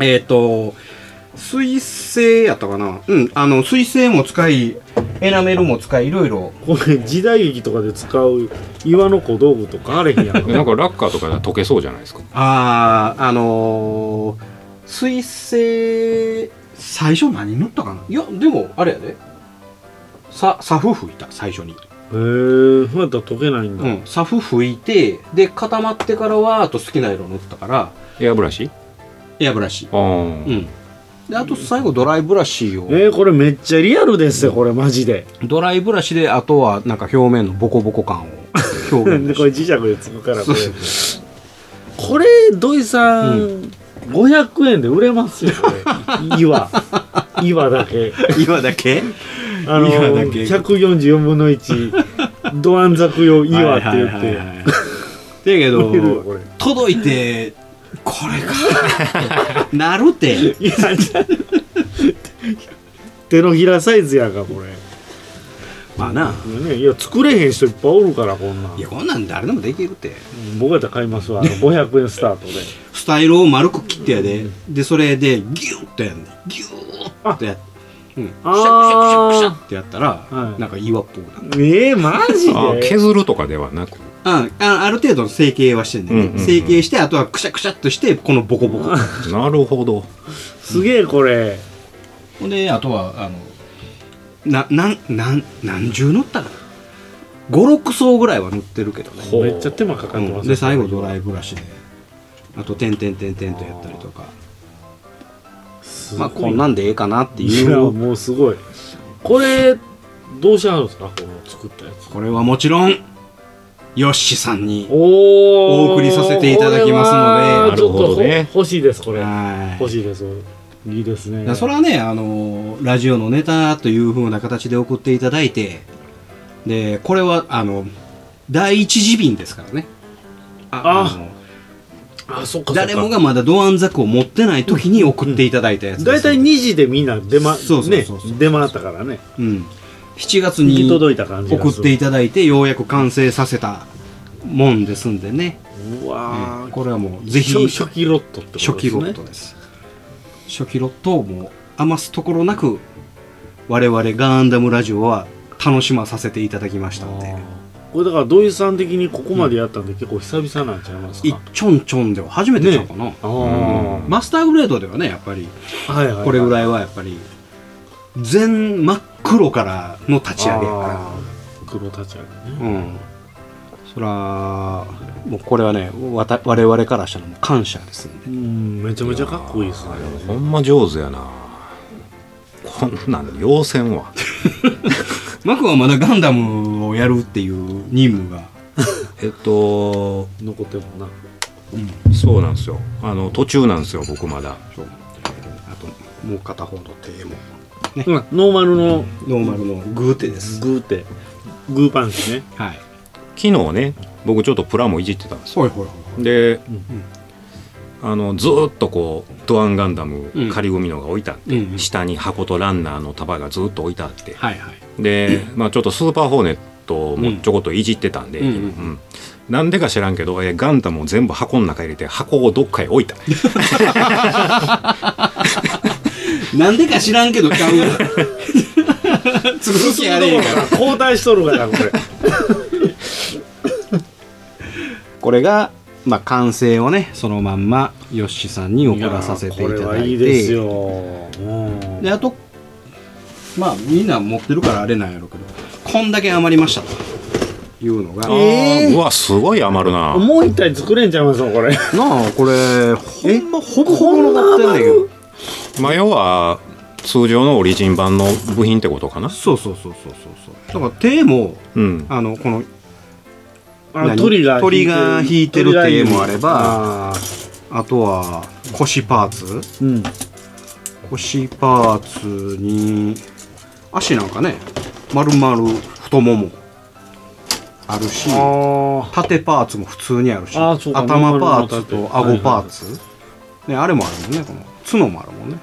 A: えっ、と水性やったかなうんあの水性も使いエナメルも使いいろいろ
F: これ時代劇とかで使う岩の小道具とかあれへんや ん
G: なんかラッカーとかでは溶けそうじゃないですか
A: あああのー、水性最初何塗ったかないやでもあれやでさサフ吹いた最初に
F: へえそうやったら溶けないんだ、
A: うんサフ吹いてで固まってからはあと好きな色塗ったから
G: エアブラシ
A: エアブラシ
G: ああ
A: うんであと最後ドライブラシを
F: えー、これめっちゃリアルですよこれマジで
A: ドライブラシであとはなんか表面のボコボコ感を表現し
F: でこ
A: て
F: れ磁石でつくからこ
A: そう
F: れ これ土井さん、
A: う
F: 500円で売れますよこ れ岩岩だけ
A: 今だけ
F: あの
A: 岩だけ
F: 144分の1ドアンザク用岩って言っ
A: はいはいは
F: て
A: いはいだけ
F: 売れるよ
A: ど
F: これ
A: 届いてこれかってなるて
F: いやじゃあ手のひらサイズやんかこれ
A: まあな
F: ねいや作れへん人いっぱいおるからこんなん
A: いやこんなん誰でもできるって
F: 僕やったら買いますわあの500円スタ ートで
A: スタイルを丸く切ってやででそれでギュッとやんねギューッとやってうん、シャクシャクシャクシャクってやったら、
F: はい
A: なんか岩っぽくなる
F: えー、マジ
G: あー
F: で
G: 削るとかではなく
A: ああある程度の成形はしてんね、ん
G: うんうんうん
A: 成形してあとはくしゃくしゃっとしてこのボコボコ
G: なるほど
F: すげえこれ
A: ほんであとはあのななんなん何重乗ったかな56層ぐらいは乗ってるけどね
G: ほう
F: めっちゃ手間かかってますよ、
A: で最後ドライブラシであと点々点々とやったりとか
F: すごい
A: まあこんなんでええかなって
F: い
A: い
F: や
A: う
F: もうすごいこれどうしはるんですかこの作ったやつ
A: これはもちろんヨッシーさんに
F: お
A: お送りさせていただきますの
G: で
F: これはちょっ
G: なるほ
F: と
G: どね
F: ほ欲しいですこれ
A: はい
F: 欲しいですいいです
A: だ
F: ね
A: からそれはねあのラジオのネタというふうな形で送っていただいてでこれはあの第一次便ですからね
F: あ
A: の
F: あそっかそっか
A: 誰もがまだドアンザクを持ってない時に送っていただいたやつで
F: 大
A: す、
F: 体2時でみんな出ま
A: そうそうそうそう
F: ね出回ったからね
A: うん、7月
F: 行き
A: に
F: 届いた感じがする
A: 送っていただいてようやく完成させたもんですんでね、
F: うわ
A: ええ
F: ー
A: これはもうぜひ
F: 初初期ロットってことです
A: 初
F: ね
A: 期ロットです初期ロットをもう余すところなく我々ガンダムラジオは楽しまさせていただきましたんで
F: これだから土井さん的にここまでやったんで結構久々なんちゃいます
A: いっ
F: か
A: ちょんちょんでは初めてちゃうかな、
F: あー
A: マスターグレードではねやっぱり
F: はいはい
A: これぐ
F: い
A: らいはやっぱり全真っ黒からの立ち上げやから
F: 黒立ち上げ
A: う
F: ね
A: んそらもうこれはねわた我々からしたらもう感謝ですんで
F: うんめちゃめちゃかっこいいですね
G: ほんま上手やなこんなん要せ んわ
A: マクはまだガンダムをやるっていう任務が
G: えっと
F: 残ってもな
G: そうなんですよあの途中なんですよ僕まだ
A: あともう片方の手も
F: ノーマルの
A: ノーマルのグーテです
F: グーってグーパンチ ね
A: はい
G: 昨日ね僕ちょっとプラモいじってたんですよ
A: ほいほいほ
G: で、
A: ん
G: あのずーっとこうドアンガンダム
A: うん
G: 仮組みのが置いてあっ
A: う
G: て、
A: んうん
G: 下に箱とランナーの束がずーっと置いてあって、
A: はいはい
G: で、まあ、ちょっとスーパーホーネットもちょこっといじってたんで、
A: うんうんうん
G: うんなんでか知らんけど、えーガンダムを全部箱の中入れて箱をどっかへ置いた
A: なんでか知らんけど買うよ潰す気あれへんから
F: 交代しとるからこれ
A: これがまあ完成をねそのまんまヨッシーさんに送らさせていただいて
F: これはいいですようん
A: であとまあみんな持ってるからあれなんやろうけどこんだけ余りましたというのが
G: あー、
F: えー
G: うわすごい余るな
F: もう一体作れんちゃいますのこれ
A: なあこれほんまほぼほぼ残ってんだけど
G: まあ、要は通常のオリジン版の部品ってことかな
A: そうそうそうそうそうそうだから手も
G: うん
A: あのこの
F: あの
A: 何
F: トリガー
A: トリガー引いてる手もあれば
F: ば
A: あとは腰パーツ
F: うん
A: 腰パーツに足なんかね丸々太ももあるし
F: あ
A: 縦パーツも普通にあるし
F: あーそうか
A: 頭パーツと
F: 丸
A: 顎
F: 々の縦
A: パーツ、ね、あれもあるもんねこの角もあるもんね、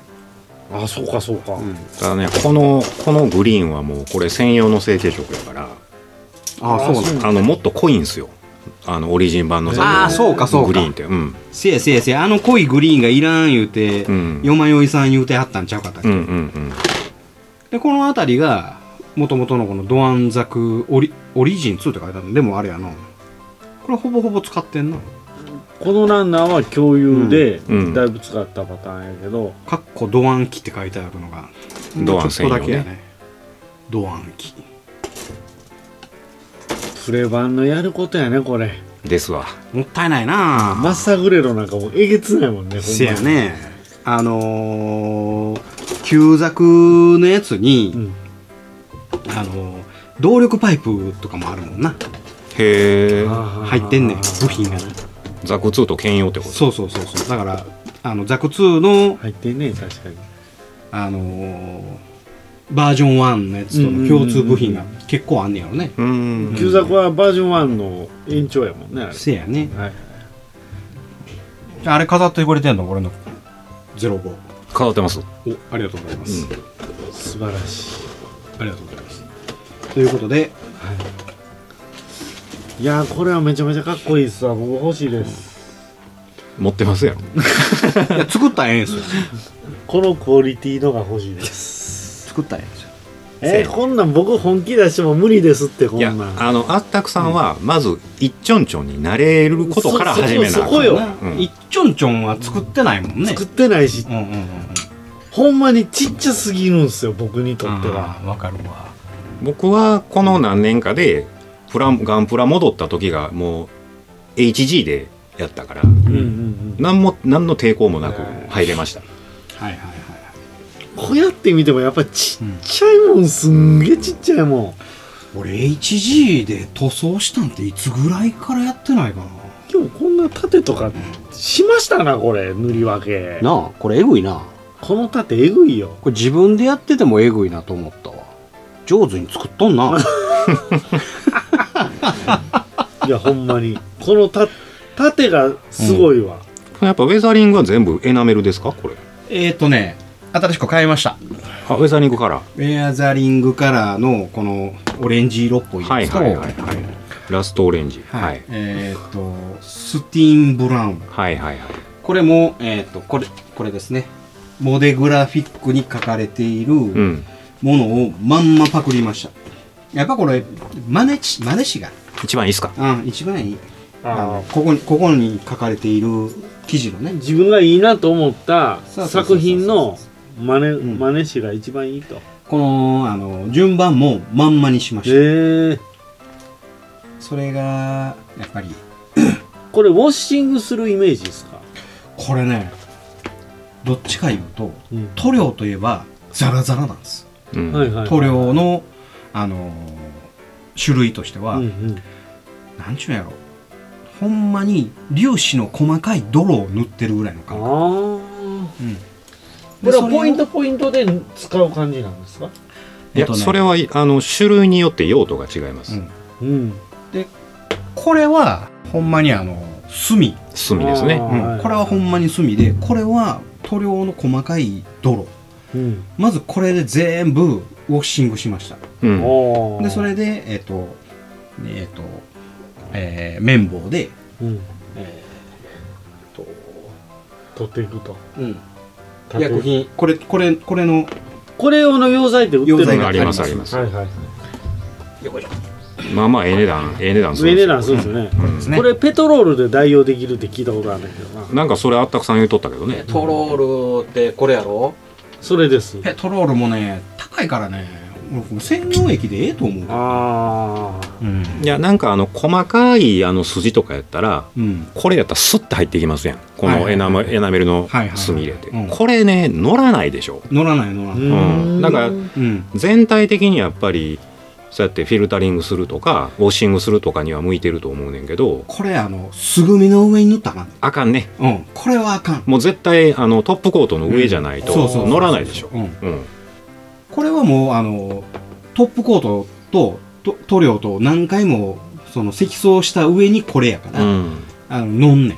F: ーあそうかそうか、
A: うん、
G: ただねこのこのグリーンはもうこれ専用の成形色やから
A: ああ、そうなんだ。
G: あのもっと濃いんですよあのオリジン版の
H: あーそうかそうか
G: グリーンってうん、
A: せやせやせや、あの濃いグリーンがいらん言うて、
G: うん、
A: よまよいさん言うてはったんちゃうかったっけ
G: うんうんうん
A: で、このあたりが、もともとのこのドアンザクオリオリジン2って書いてあるのでもあれやな。これほぼほぼ使ってんな。
F: このランナーは共有で、
G: うんうん
F: だいぶ使ったパターンやけど、
A: かっこドアン機って書いてあるのが、
G: ドアン専
A: ちょっとだ
G: 用ね
A: けやね。ドアン機。
F: プレ版のやることやねこれ
G: ですわ
A: もったいないな
F: マッサグレロなんかもうえげつないもんねほんまに
A: せやね。あのー、旧作のやつに、
F: うん
A: あのー動力パイプとかもあるもんな。
G: へえ
A: 入
F: 入
A: ってんねん、部品がな。
G: ザク2と兼用ってこと
A: そうそうそうそうだからあのザク2の、
F: 入ってんねん確かに
A: あのーバージョン1のやつとの共通部品が結構あんねやろね、
G: うーん
F: 旧作はバージョン1の延長やもんねあれ
A: せやね
F: はい
A: あれ飾ってくれてんの俺の05
G: 変わってます
A: おありがとうございます、
F: 素晴らし
A: ありがとうございますということで
F: いいやーこれはめちゃめちゃかっこいいっすわ僕欲しいです
G: 持ってますやろ
A: いや作ったらええんすよ
F: このクオリティのが欲しいです
A: 作ったらええんすよ
G: せ
F: え
G: や
F: ー、こんなん僕本気出しても無理ですってこん
G: いや
F: なん
G: あのあったくさんはまずいっちょんちょんになれることから
F: そそ
G: 始めなあかん
F: そこよ
G: うん
A: いっちょんちょんは作ってないもんね
F: 作ってないし
A: うんうんうんうん
F: ほんまにちっちゃすぎるんすよ僕にとっては
A: あーわかるわ
G: 僕はこの何年かでプラガンプラ戻った時がもう HG でやったから
F: うんうんうん
G: 何も何の抵抗もなく入れました
A: はいはいはい
F: こうやって見てもやっぱちっちゃいもんすんげえちっちゃいもん
A: 俺 HG で塗装したんっていつぐらいからやってないかな
F: 今日こんな盾とかしましたなこれ塗り分け
H: なあこれえぐいな
F: この盾えぐいよ
H: これ自分でやっててもえぐいなと思ったわ上手に作っとんな
F: いやほん まにこのた盾がすごいわ、
G: やっぱウェザリングは全部エナメルですかこれ
A: えー、っとね新しく買いました
G: あウェザリングから
A: エアザリングカラーのこのオレンジ色っぽい
G: は
A: や
G: い
A: つと、
G: はいはいはいラストオレンジ
A: はい
G: はい
A: えーっとスティーンブラウン
G: はいはいはい
A: これもえーっとこれこれですねモデグラフィックに書かれている
G: う
A: も
G: ん
A: のをまんまパクりましたやっぱこれ真似し真似しが
G: 一番いいっすか
A: うん一番いいあ
F: あ
A: のここにここに書かれている記事のね
F: 自分がいいなと思った
A: そうそうそうそう
F: 作品の真似
A: うん
F: 真似師が一番いいと、
A: このあの順番もまんまにしました、
F: え
A: それがやっぱり
F: これウォッシングするイメージですか、
A: これねどっちか言うと
F: うん
A: 塗料といえばザラザラなんです
G: うん
F: はいはい
A: 塗料の、あのー種類としては、
F: うんうん
A: なんちゅうんやろほんまに粒子の細かい泥を塗ってるぐらいの
F: ああ
A: 感覚、
F: こ
A: うん、
F: れはポイント
A: で
F: ポイントで使う感じなんですか
G: いや
A: えっとね
G: それはあの種類によって用途が違いま
A: それ
G: す
A: をうん
F: うん
A: これはほんまにあの炭、
G: 炭ですね
F: あ
A: うん
F: はい
A: これはほんまに炭でこれは塗料の細かい泥
F: うん
A: まずこれで全部ウォッシングしました
G: うん
F: おー
A: でそれでえっ、とえっ、とえー綿棒で、
F: うんえーっと取っていくと
A: 薬品これこれこれの
F: これ用の溶剤って売ってる
A: 溶剤
F: の
A: が
G: ありますあります
F: はいはい
G: まあまあええ値段ええ値段する
F: 上
G: んです
F: 値
G: よ
F: 段するんですよね、
G: うん
A: ですね
F: これペトロールで代用できるって聞いたことあるんだけどな
G: なんかそれあったくさん言うとったけどね
H: トロールってこれやろ
F: それです
A: ペトロールもね高いからね俺この専用液でええと思う
F: あ
A: うん、
G: いやなんかあの細かいあの筋とかやったら
A: うん、
G: これやったらスッて入ってきますやんこのエナ,、エナメルの
A: はいはい
G: 墨入れて、
A: うん
G: これね乗らないでしょ、
A: 乗らない乗ら
F: あ
A: ない、
G: うんだから
A: うん、
G: 全体的にやっぱりそうやってフィルタリングするとかウォッシングするとかには向いてると思うねんけど
A: これあの素組みの上に塗ったらあ
G: あかんね
A: かんうんこれはあかん、
G: もう絶対あのトップコートの上じゃない
A: そうそうそ
G: と
A: う
G: 乗らないでしょ
A: うん、
G: うん
A: これはもうあのトップコートとと塗料と何回もその積層した上にこれやから、
G: うん
A: あの飲んねん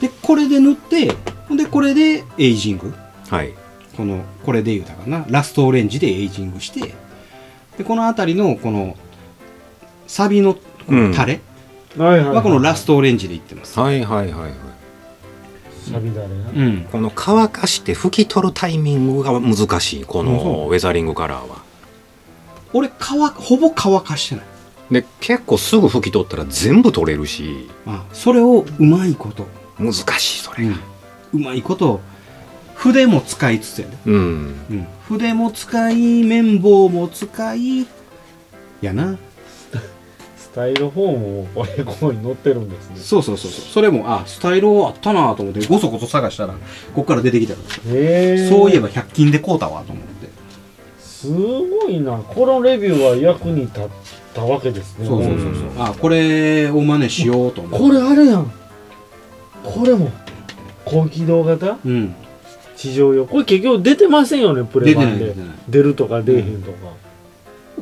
A: でこれで塗ってほんでこれでエイジング
G: はい
A: このこれで言うたかなラストオレンジでエイジングしてでこの辺りのこのサビのこ
G: うん
A: のタレ
F: はいはい、
A: はこのラストオレンジでいってます。
G: はいはいはいはい
F: サビだれな
A: うん。
G: この乾かして拭き取るタイミングが難しいこ
A: うんそ
G: のウェザリングカラーは
A: 俺乾ほぼ乾かしてない。
G: で結構すぐ拭き取ったら全部取れるし
A: あそれをうまいこと、
G: 難しいそれ
A: うんうまいこと筆も使いつつやね、
G: うん
A: うん、筆も使い綿棒も使いやな
F: スタイルフォームもこれここに載ってるんですね
A: そうそうそうそうそれもあスタイルあったなと思ってごそごそ探したらここから出てきたから
F: へえ
A: そういえば100均で買うたわと思って
F: すごいなこのレビューは役に立ったわけですね
A: そうそうそうそうあこれを真似しようと思って
F: これあれやんこれも高機動型
A: うん
F: 地上用これ結局出てませんよねプレ
A: 出て
F: バ
A: な
F: ン
A: い出
F: で
A: てない
F: 出るとか出えへんとか、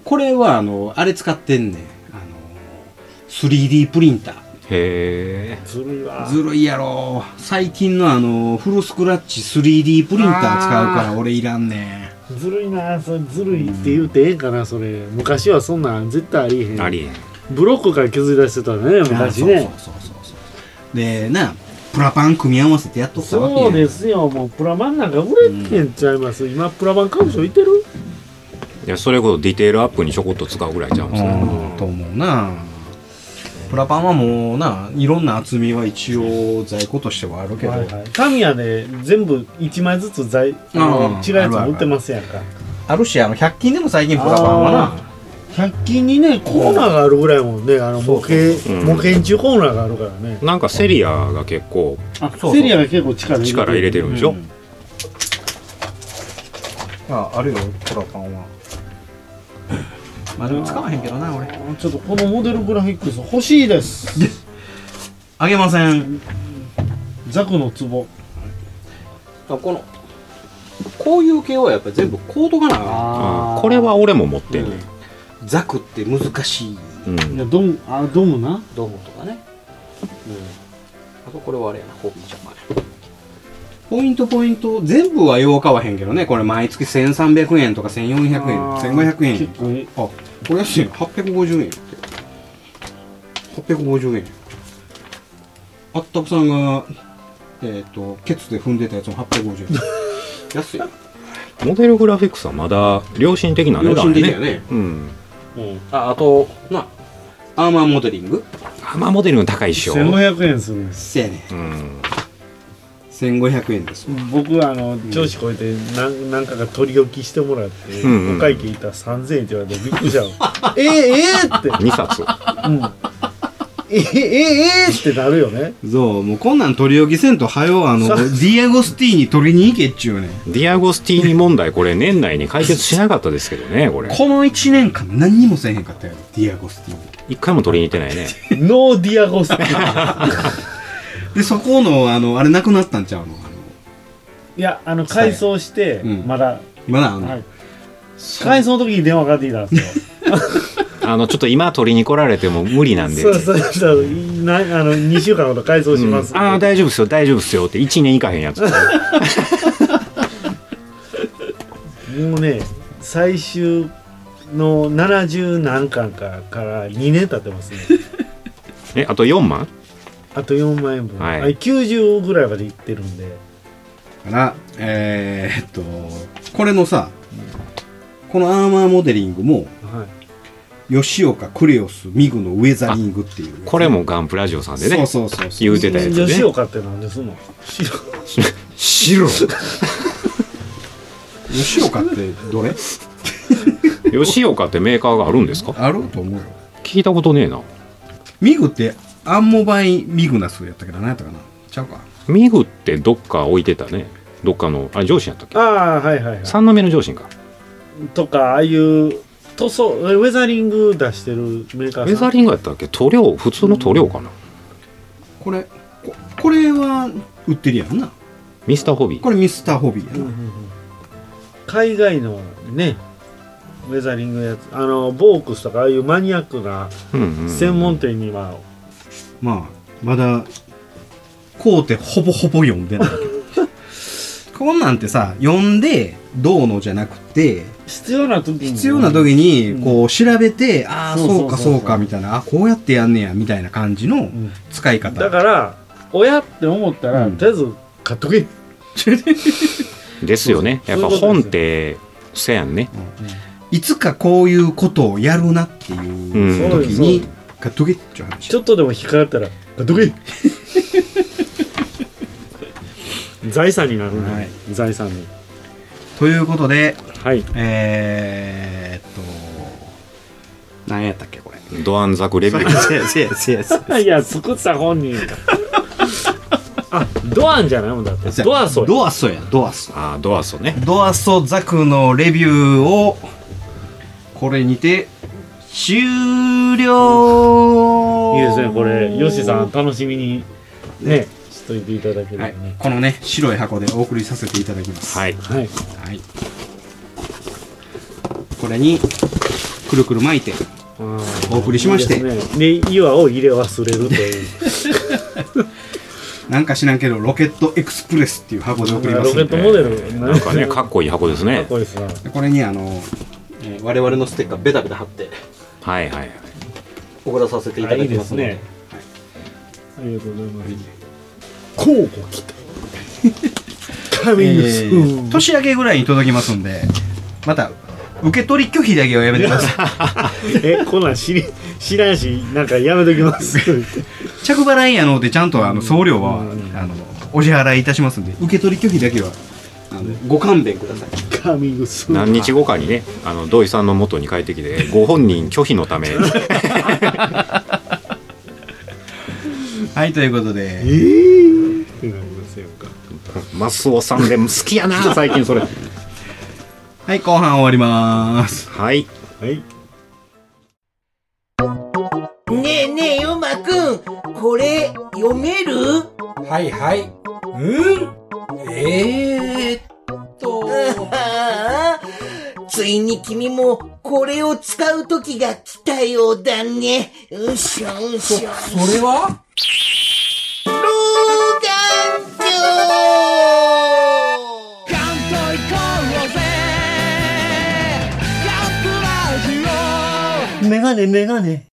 A: これはあのあれ使ってんねんあの 3D プリンター
G: へえ
F: ずるいわ
A: ずるいやろ最近のあのフルスクラッチ 3D プリンター使うから俺いらんね
F: ずるいなそれずるいって言うてええんかなそれ昔はそんなん絶対ありえへん
G: ありえん
F: ブロックから削り出してたね
A: ん
F: 昔ね
A: あそうそうそうそうでなプラパン組み合わせてやっとったわけ
F: そ
A: や
F: うんですよもうプラバンなんか売れてんちゃいます、今プラバン買う人いてる
G: いやそれこそディテールアップにちょこっと使うぐらいちゃうんですね
A: うんと思うなプラパンはもうないろんな厚みは一応在庫としてはあるけど、
F: はいはい、タミヤで全部1枚ずつ材あの
A: あー
F: 違うやつも売ってますやんか
A: あるしあの100均でも最近プラパンは
F: あ
A: な
F: 100均にねコーナーがあるぐらいもんねあの模型
G: うん
F: 模型中コーナーがあるからね
G: なんかセリアが結構
F: あセリアが結構力入れてる
G: 力入れてるんでしょ、
A: ああるよプラパンはまあでも使わへんけどな俺
F: あちょっとこのモデルグラフィックス欲し いです
A: あげません
F: ザクのツボ
A: このこういう系はやっぱり全部コードがな
G: あーこれは俺も持ってんねん
A: ザクって難しい
G: うん、
F: いやドムあドムな
A: ドームとかね、うん、あとこれはあれやなホビージャパンポイントポイント全部はよう買わへんけどねこれ毎月1300円とか1400円
F: あー
A: 1500円
F: 結構いい
A: あこれ安いの850円やって850円あったくさんがえっ、とケツで踏んでたやつも850円安い
G: モデルグラフィックスはまだ良心的な値
A: 良
G: 段
A: 心
G: ね
A: 的やね
G: うん
A: ああとなアーマーモデリング
G: アマモデルの高いっしょ、う
F: 1500円するんです
A: せやね
G: ん、
A: 1500円です
F: 僕はあの調子こいて何なんかが取り置きしてもらって、
G: うんうん
F: お会計いったら3000円って言われてびっくりしたの えー、ええー、って、
G: 2冊
F: うん、えー、えー、えー、ってなるよね
A: そう、もうこんなん取り置きせんと、はよ、あの、デ
F: そう
A: ィアゴスティーに取りに行けっちゅうねん。
G: ディアゴスティーニ問題これ年内に解決しなかったですけどねこれ
A: この1年間何にもせえへんかったよ、ディアゴスティーニ。
G: 一回も取りに行ってないね
F: ノーディアゴスティ
A: で、そこの、あの、あれなくなったんちゃうのあの、
F: いやあの改装して
A: うん
F: まだ、
A: まだあの、
F: はい、改装の時に電話かかってきたんですよ
G: あのちょっと今取りに来られても無理なんで
F: そうそうそうなあの2週間ほど改装し
G: うん
F: ます、
G: ああ大丈夫っすよ大丈夫っすよって1年いかへんやつ
F: もうね最終の70何巻かから2年経ってますね
G: えあと4万
F: あと4万円分、
G: はい
F: あれ90ぐらいまでいってるんで
A: から、えー、っと、これのさ、このアーマーモデリングも、
F: はい
A: 吉岡クレオスミグのウェザリングっていう。
G: これもガンプラジオさんでね
A: そうそうそうそう。
G: 言うてたやつ
F: 吉
G: ね
F: 岡って何ですんの吉岡
G: 白
A: 吉岡ってどれ
G: 吉岡ってメーカーがあるんですか
A: あると思うよ。
G: 聞いたことねえな
A: ミグって、アンモバインミグナスやったけど、何やったかなちゃうか。
G: ミグってどっか置いてたねどっかのあれ上司やったっけ
F: ああはいはいはい
G: 三宮の上司か
F: とかああいう塗装ウェザリング出してるメーカ
G: ウ
F: ー
G: ェ
F: さ
G: ザ
F: ん
G: リングやったっけ塗料普通の塗料かな
A: これここれは売ってるやんな
G: ミスターホビー
A: これミスターホビーや
F: うんうんう
A: な、
F: ん海外のねウェザリングのやつあのボークスとかああいうマニアックな
G: うんうんうん
F: 専門店には
A: まあまだこうてほぼほぼ読んでないけどこんなんてさ、読んで、どうのじゃなくて、
I: 必要な時に
A: 必要な時
I: う
A: に
I: ん
A: こう調べて、ああ
I: そうそう
A: そ
I: そううそ
A: か
I: う
A: そうかみたいなあこうやってやんねやみたいな感じの使い方
I: だから親って思ったら、
A: うん
I: とりあえず買っとけって
G: ですよね。やっぱ本って、せやんね。
A: いつかこういうことをやるなっていう
G: うん
A: 時に買っとけっちゅう話
I: ちょっとでも引っかかったら買っと け
F: 財産になるね、
A: はい
F: 財産に
A: ということで
F: はい
A: えー、っと何やったっけこれ
G: ドアンザクレビュー。
A: せやせやせやせや
F: いや作った本 人あドアンじゃないもんだってドアソイ
A: ドアソやドアソ
G: ああ、ドアソね。
A: ドアソザクのレビューをこれにて終了
I: いいですねこれヨシさん楽しみにねしといていただける
A: はい
I: とね、、
A: このね白い箱でお送りさせていただきます、
G: はい。
I: はい
A: はいこれにくるくる巻いてお送りしまして
I: いいですねで岩を入れ忘れるという
A: なんか知らんけどロケットエクスプレスっていう箱で送りま
I: ロ
A: す
I: ケ
A: ん
I: ット
A: で
I: モデル
G: なんかね、かっこいい箱です
I: かっ
G: ね。
I: こいいですな
A: これにあの、えー我々のステッカーベタベタ貼って
G: はいはいはい。
A: 送らさせてい
I: あ
A: ただ
I: いい
A: き
I: で
A: ます
I: す
A: ので
I: ねありがとうございます
F: 交互期待カミングス
A: えー年明けぐらいに届きますんでまた受け取り拒否だけはやめてください
F: えこんなん知り知らんしなんかやめときます
A: 着払いやのでちゃんとあの送料は、あのお支払いいたしますんで受け取り拒否だけはあのご勘弁ください
F: カミングス
G: 何日後かにね、あの、土井さんの元に帰ってきて、ご本人拒否のため、
A: はいということで、
F: えー、ってなりませんか
G: マスオさんでも好きやな、最近それ。
A: はい、後半終わりまーす。
G: はい。
F: はい
J: ねえねえ、ヨマくん、これ、読める
H: はいはい。うんえー、っと。
J: ああ ついに君も、これを使う時が来たようだね。うっしょうっしょ。
H: それは
J: 老眼鏡メガネメガネ。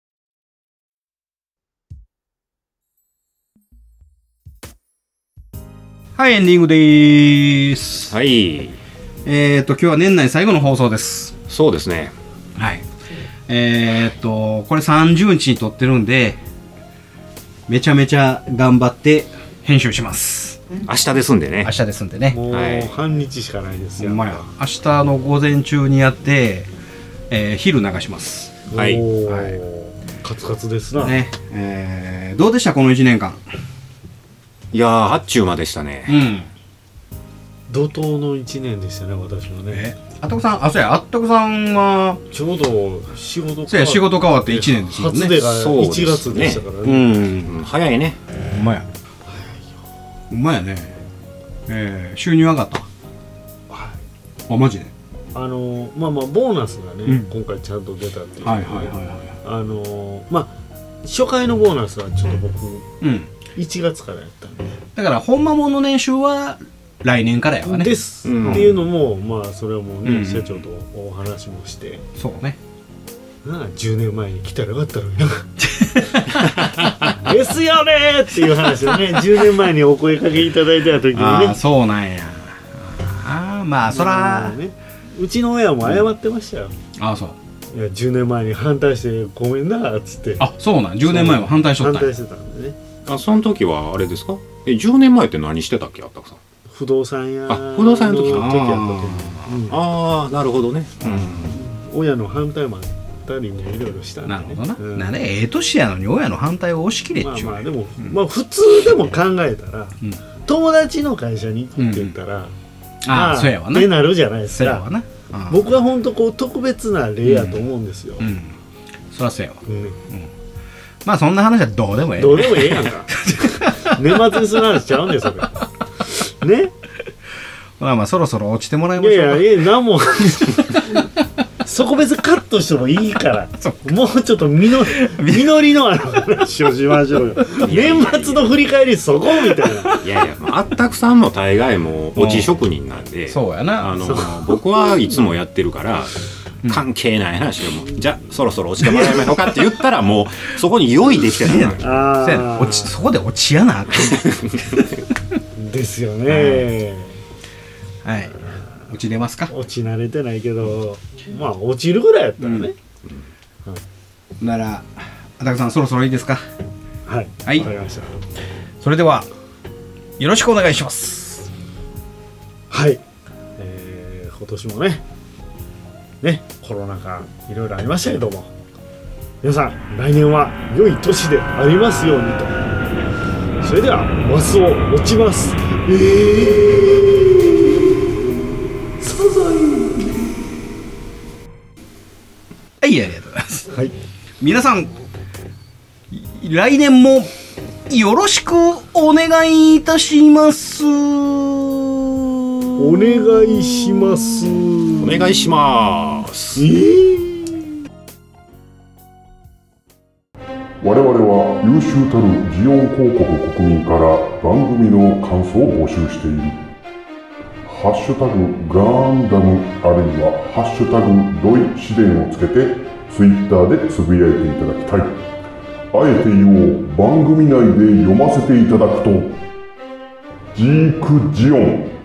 A: はい、エンディングでーす。
G: はい。
A: えーと、今日は年内最後の放送です。
G: そうですね。
A: はい。えーと、これ30日に撮ってるんで、めちゃめちゃ頑張って編集します。
G: 明日ですんでね
A: 明。日ですんでね。
F: もう
G: はい
F: 半日しかないです
A: ほ
F: よ
A: んまや。明日の午前中にやって、えー昼流します。
G: はい
F: おー
A: はい
F: カツカツですな、
A: ね。えーどうでしたこの1年間。
G: いやー、発注までしたね。
A: ん。
F: 怒涛の1年でしたね私もね
A: あっとくさん、あ、そうや、あっとくさんは、
F: ちょうど仕事
A: そうや、仕事変わって1年ですもんね。
F: 初出が
G: そうですね
F: 1月でしたから
A: う
F: ね
A: ん。
G: うん早いね。
A: ほんまや。ほんまやね。えー、収入上がった。
F: は
A: あ、マジで。
F: あのまあまあボーナスがね、
A: うん
F: 今回ちゃんと出たっていう、
A: はいはいはいは
F: あのまあ初回のボーナスはちょっと僕
A: い。うん。
F: 1月からやったんで、
A: だから、ほんまもんの年収は来年からやわね。
F: です、
G: うん
F: っていうのもまあそれはもうね、
A: うん
F: 社長とお話もして、
A: そうね。
F: なあ10年前に来たらよかったのよ ですよねーっていう話をね10年前にお声かけいただいた時に
A: ああ、
F: ね
A: そうなんや。ああ、まあ、そら
F: あの、ねうちの親も謝ってましたよ、
A: ああ、そう。
F: いや10年前に反対してごめんなっつって
A: あ、そうなん。10年前は反対しと
F: 反
A: ったんや
F: 対してたんでね
G: あ、その時はあれですかえ、10年前って何してたっけ、あったくさん。
F: 不動産屋
G: あ不動産屋の時か
F: やっ
A: あ
F: た時に、うん
G: あー、なるほどね。うん。
F: 親の反対もあったりもいろいろしたん
A: あな
F: で、ね、
A: るほどな。
F: うん
A: なね、ええ年やのに親の反対を押し切れっ
F: まあ
A: ちゅうね。
F: まあでも、まあ普通でも考えたら、
A: うん
F: 友達の会社に行くって言ったら、
A: あ
F: ま
A: あ、そうやわな
F: って。なるじゃないです
A: そうや
F: か
A: わな。ああ
F: 僕は本当こう特別な例やと思うんですよ、
A: うん。そらそうやわ。
F: うん
A: まあ、そんな話はどうでもええ。
F: どうでもええや んか年末にする話ちゃうんですよそれね
A: まあまあ、そろそろ落ちてもらい
F: い
A: ましょうか。
F: やいやええ何もそそこ別にカットしてもいいから、もうちょっと 実の実りのある話をしましょうよ。年末の振り返りそこみた いな。
G: いやいや、まああったくさんも大概もう、落ち職人なん で、
A: そうやな
G: あの
A: そう
G: 僕はいつもやってるから、関係ない話でも、じゃあ、そろそろ落ちてもらえましょうかって言ったら、もう、そこに用意できてないのよ
F: あ
A: そうやな落ちそこで落ちやなって
F: ですよね。
A: はい落ちれますか
F: 落ち慣れてないけど、まあ落ちるぐらいやったらね。
A: ならあたくさんそろそろいいですか
F: はい。
A: はい
F: わかりました。
A: それではよろしくお願いします
F: はい。えー今年もね、ね、コロナ禍、いろいろありましたけども、皆さん、来年は良い年でありますようにと。それでは、マスを落ちます。えーサザ
A: はいありがとうございます
F: エはい。
A: 皆さん来年もよろしくお願いいたします
F: お願いします。
G: お願いします。
E: 我々は優秀たるジオン広告国民から番組の感想を募集している「ハッシュタグガンダム」あるいは「ハッシュタグドイ試練」をつけてツイッターでつぶやいていただきたいあえて言おう番組内で読ませていただくとジークジオン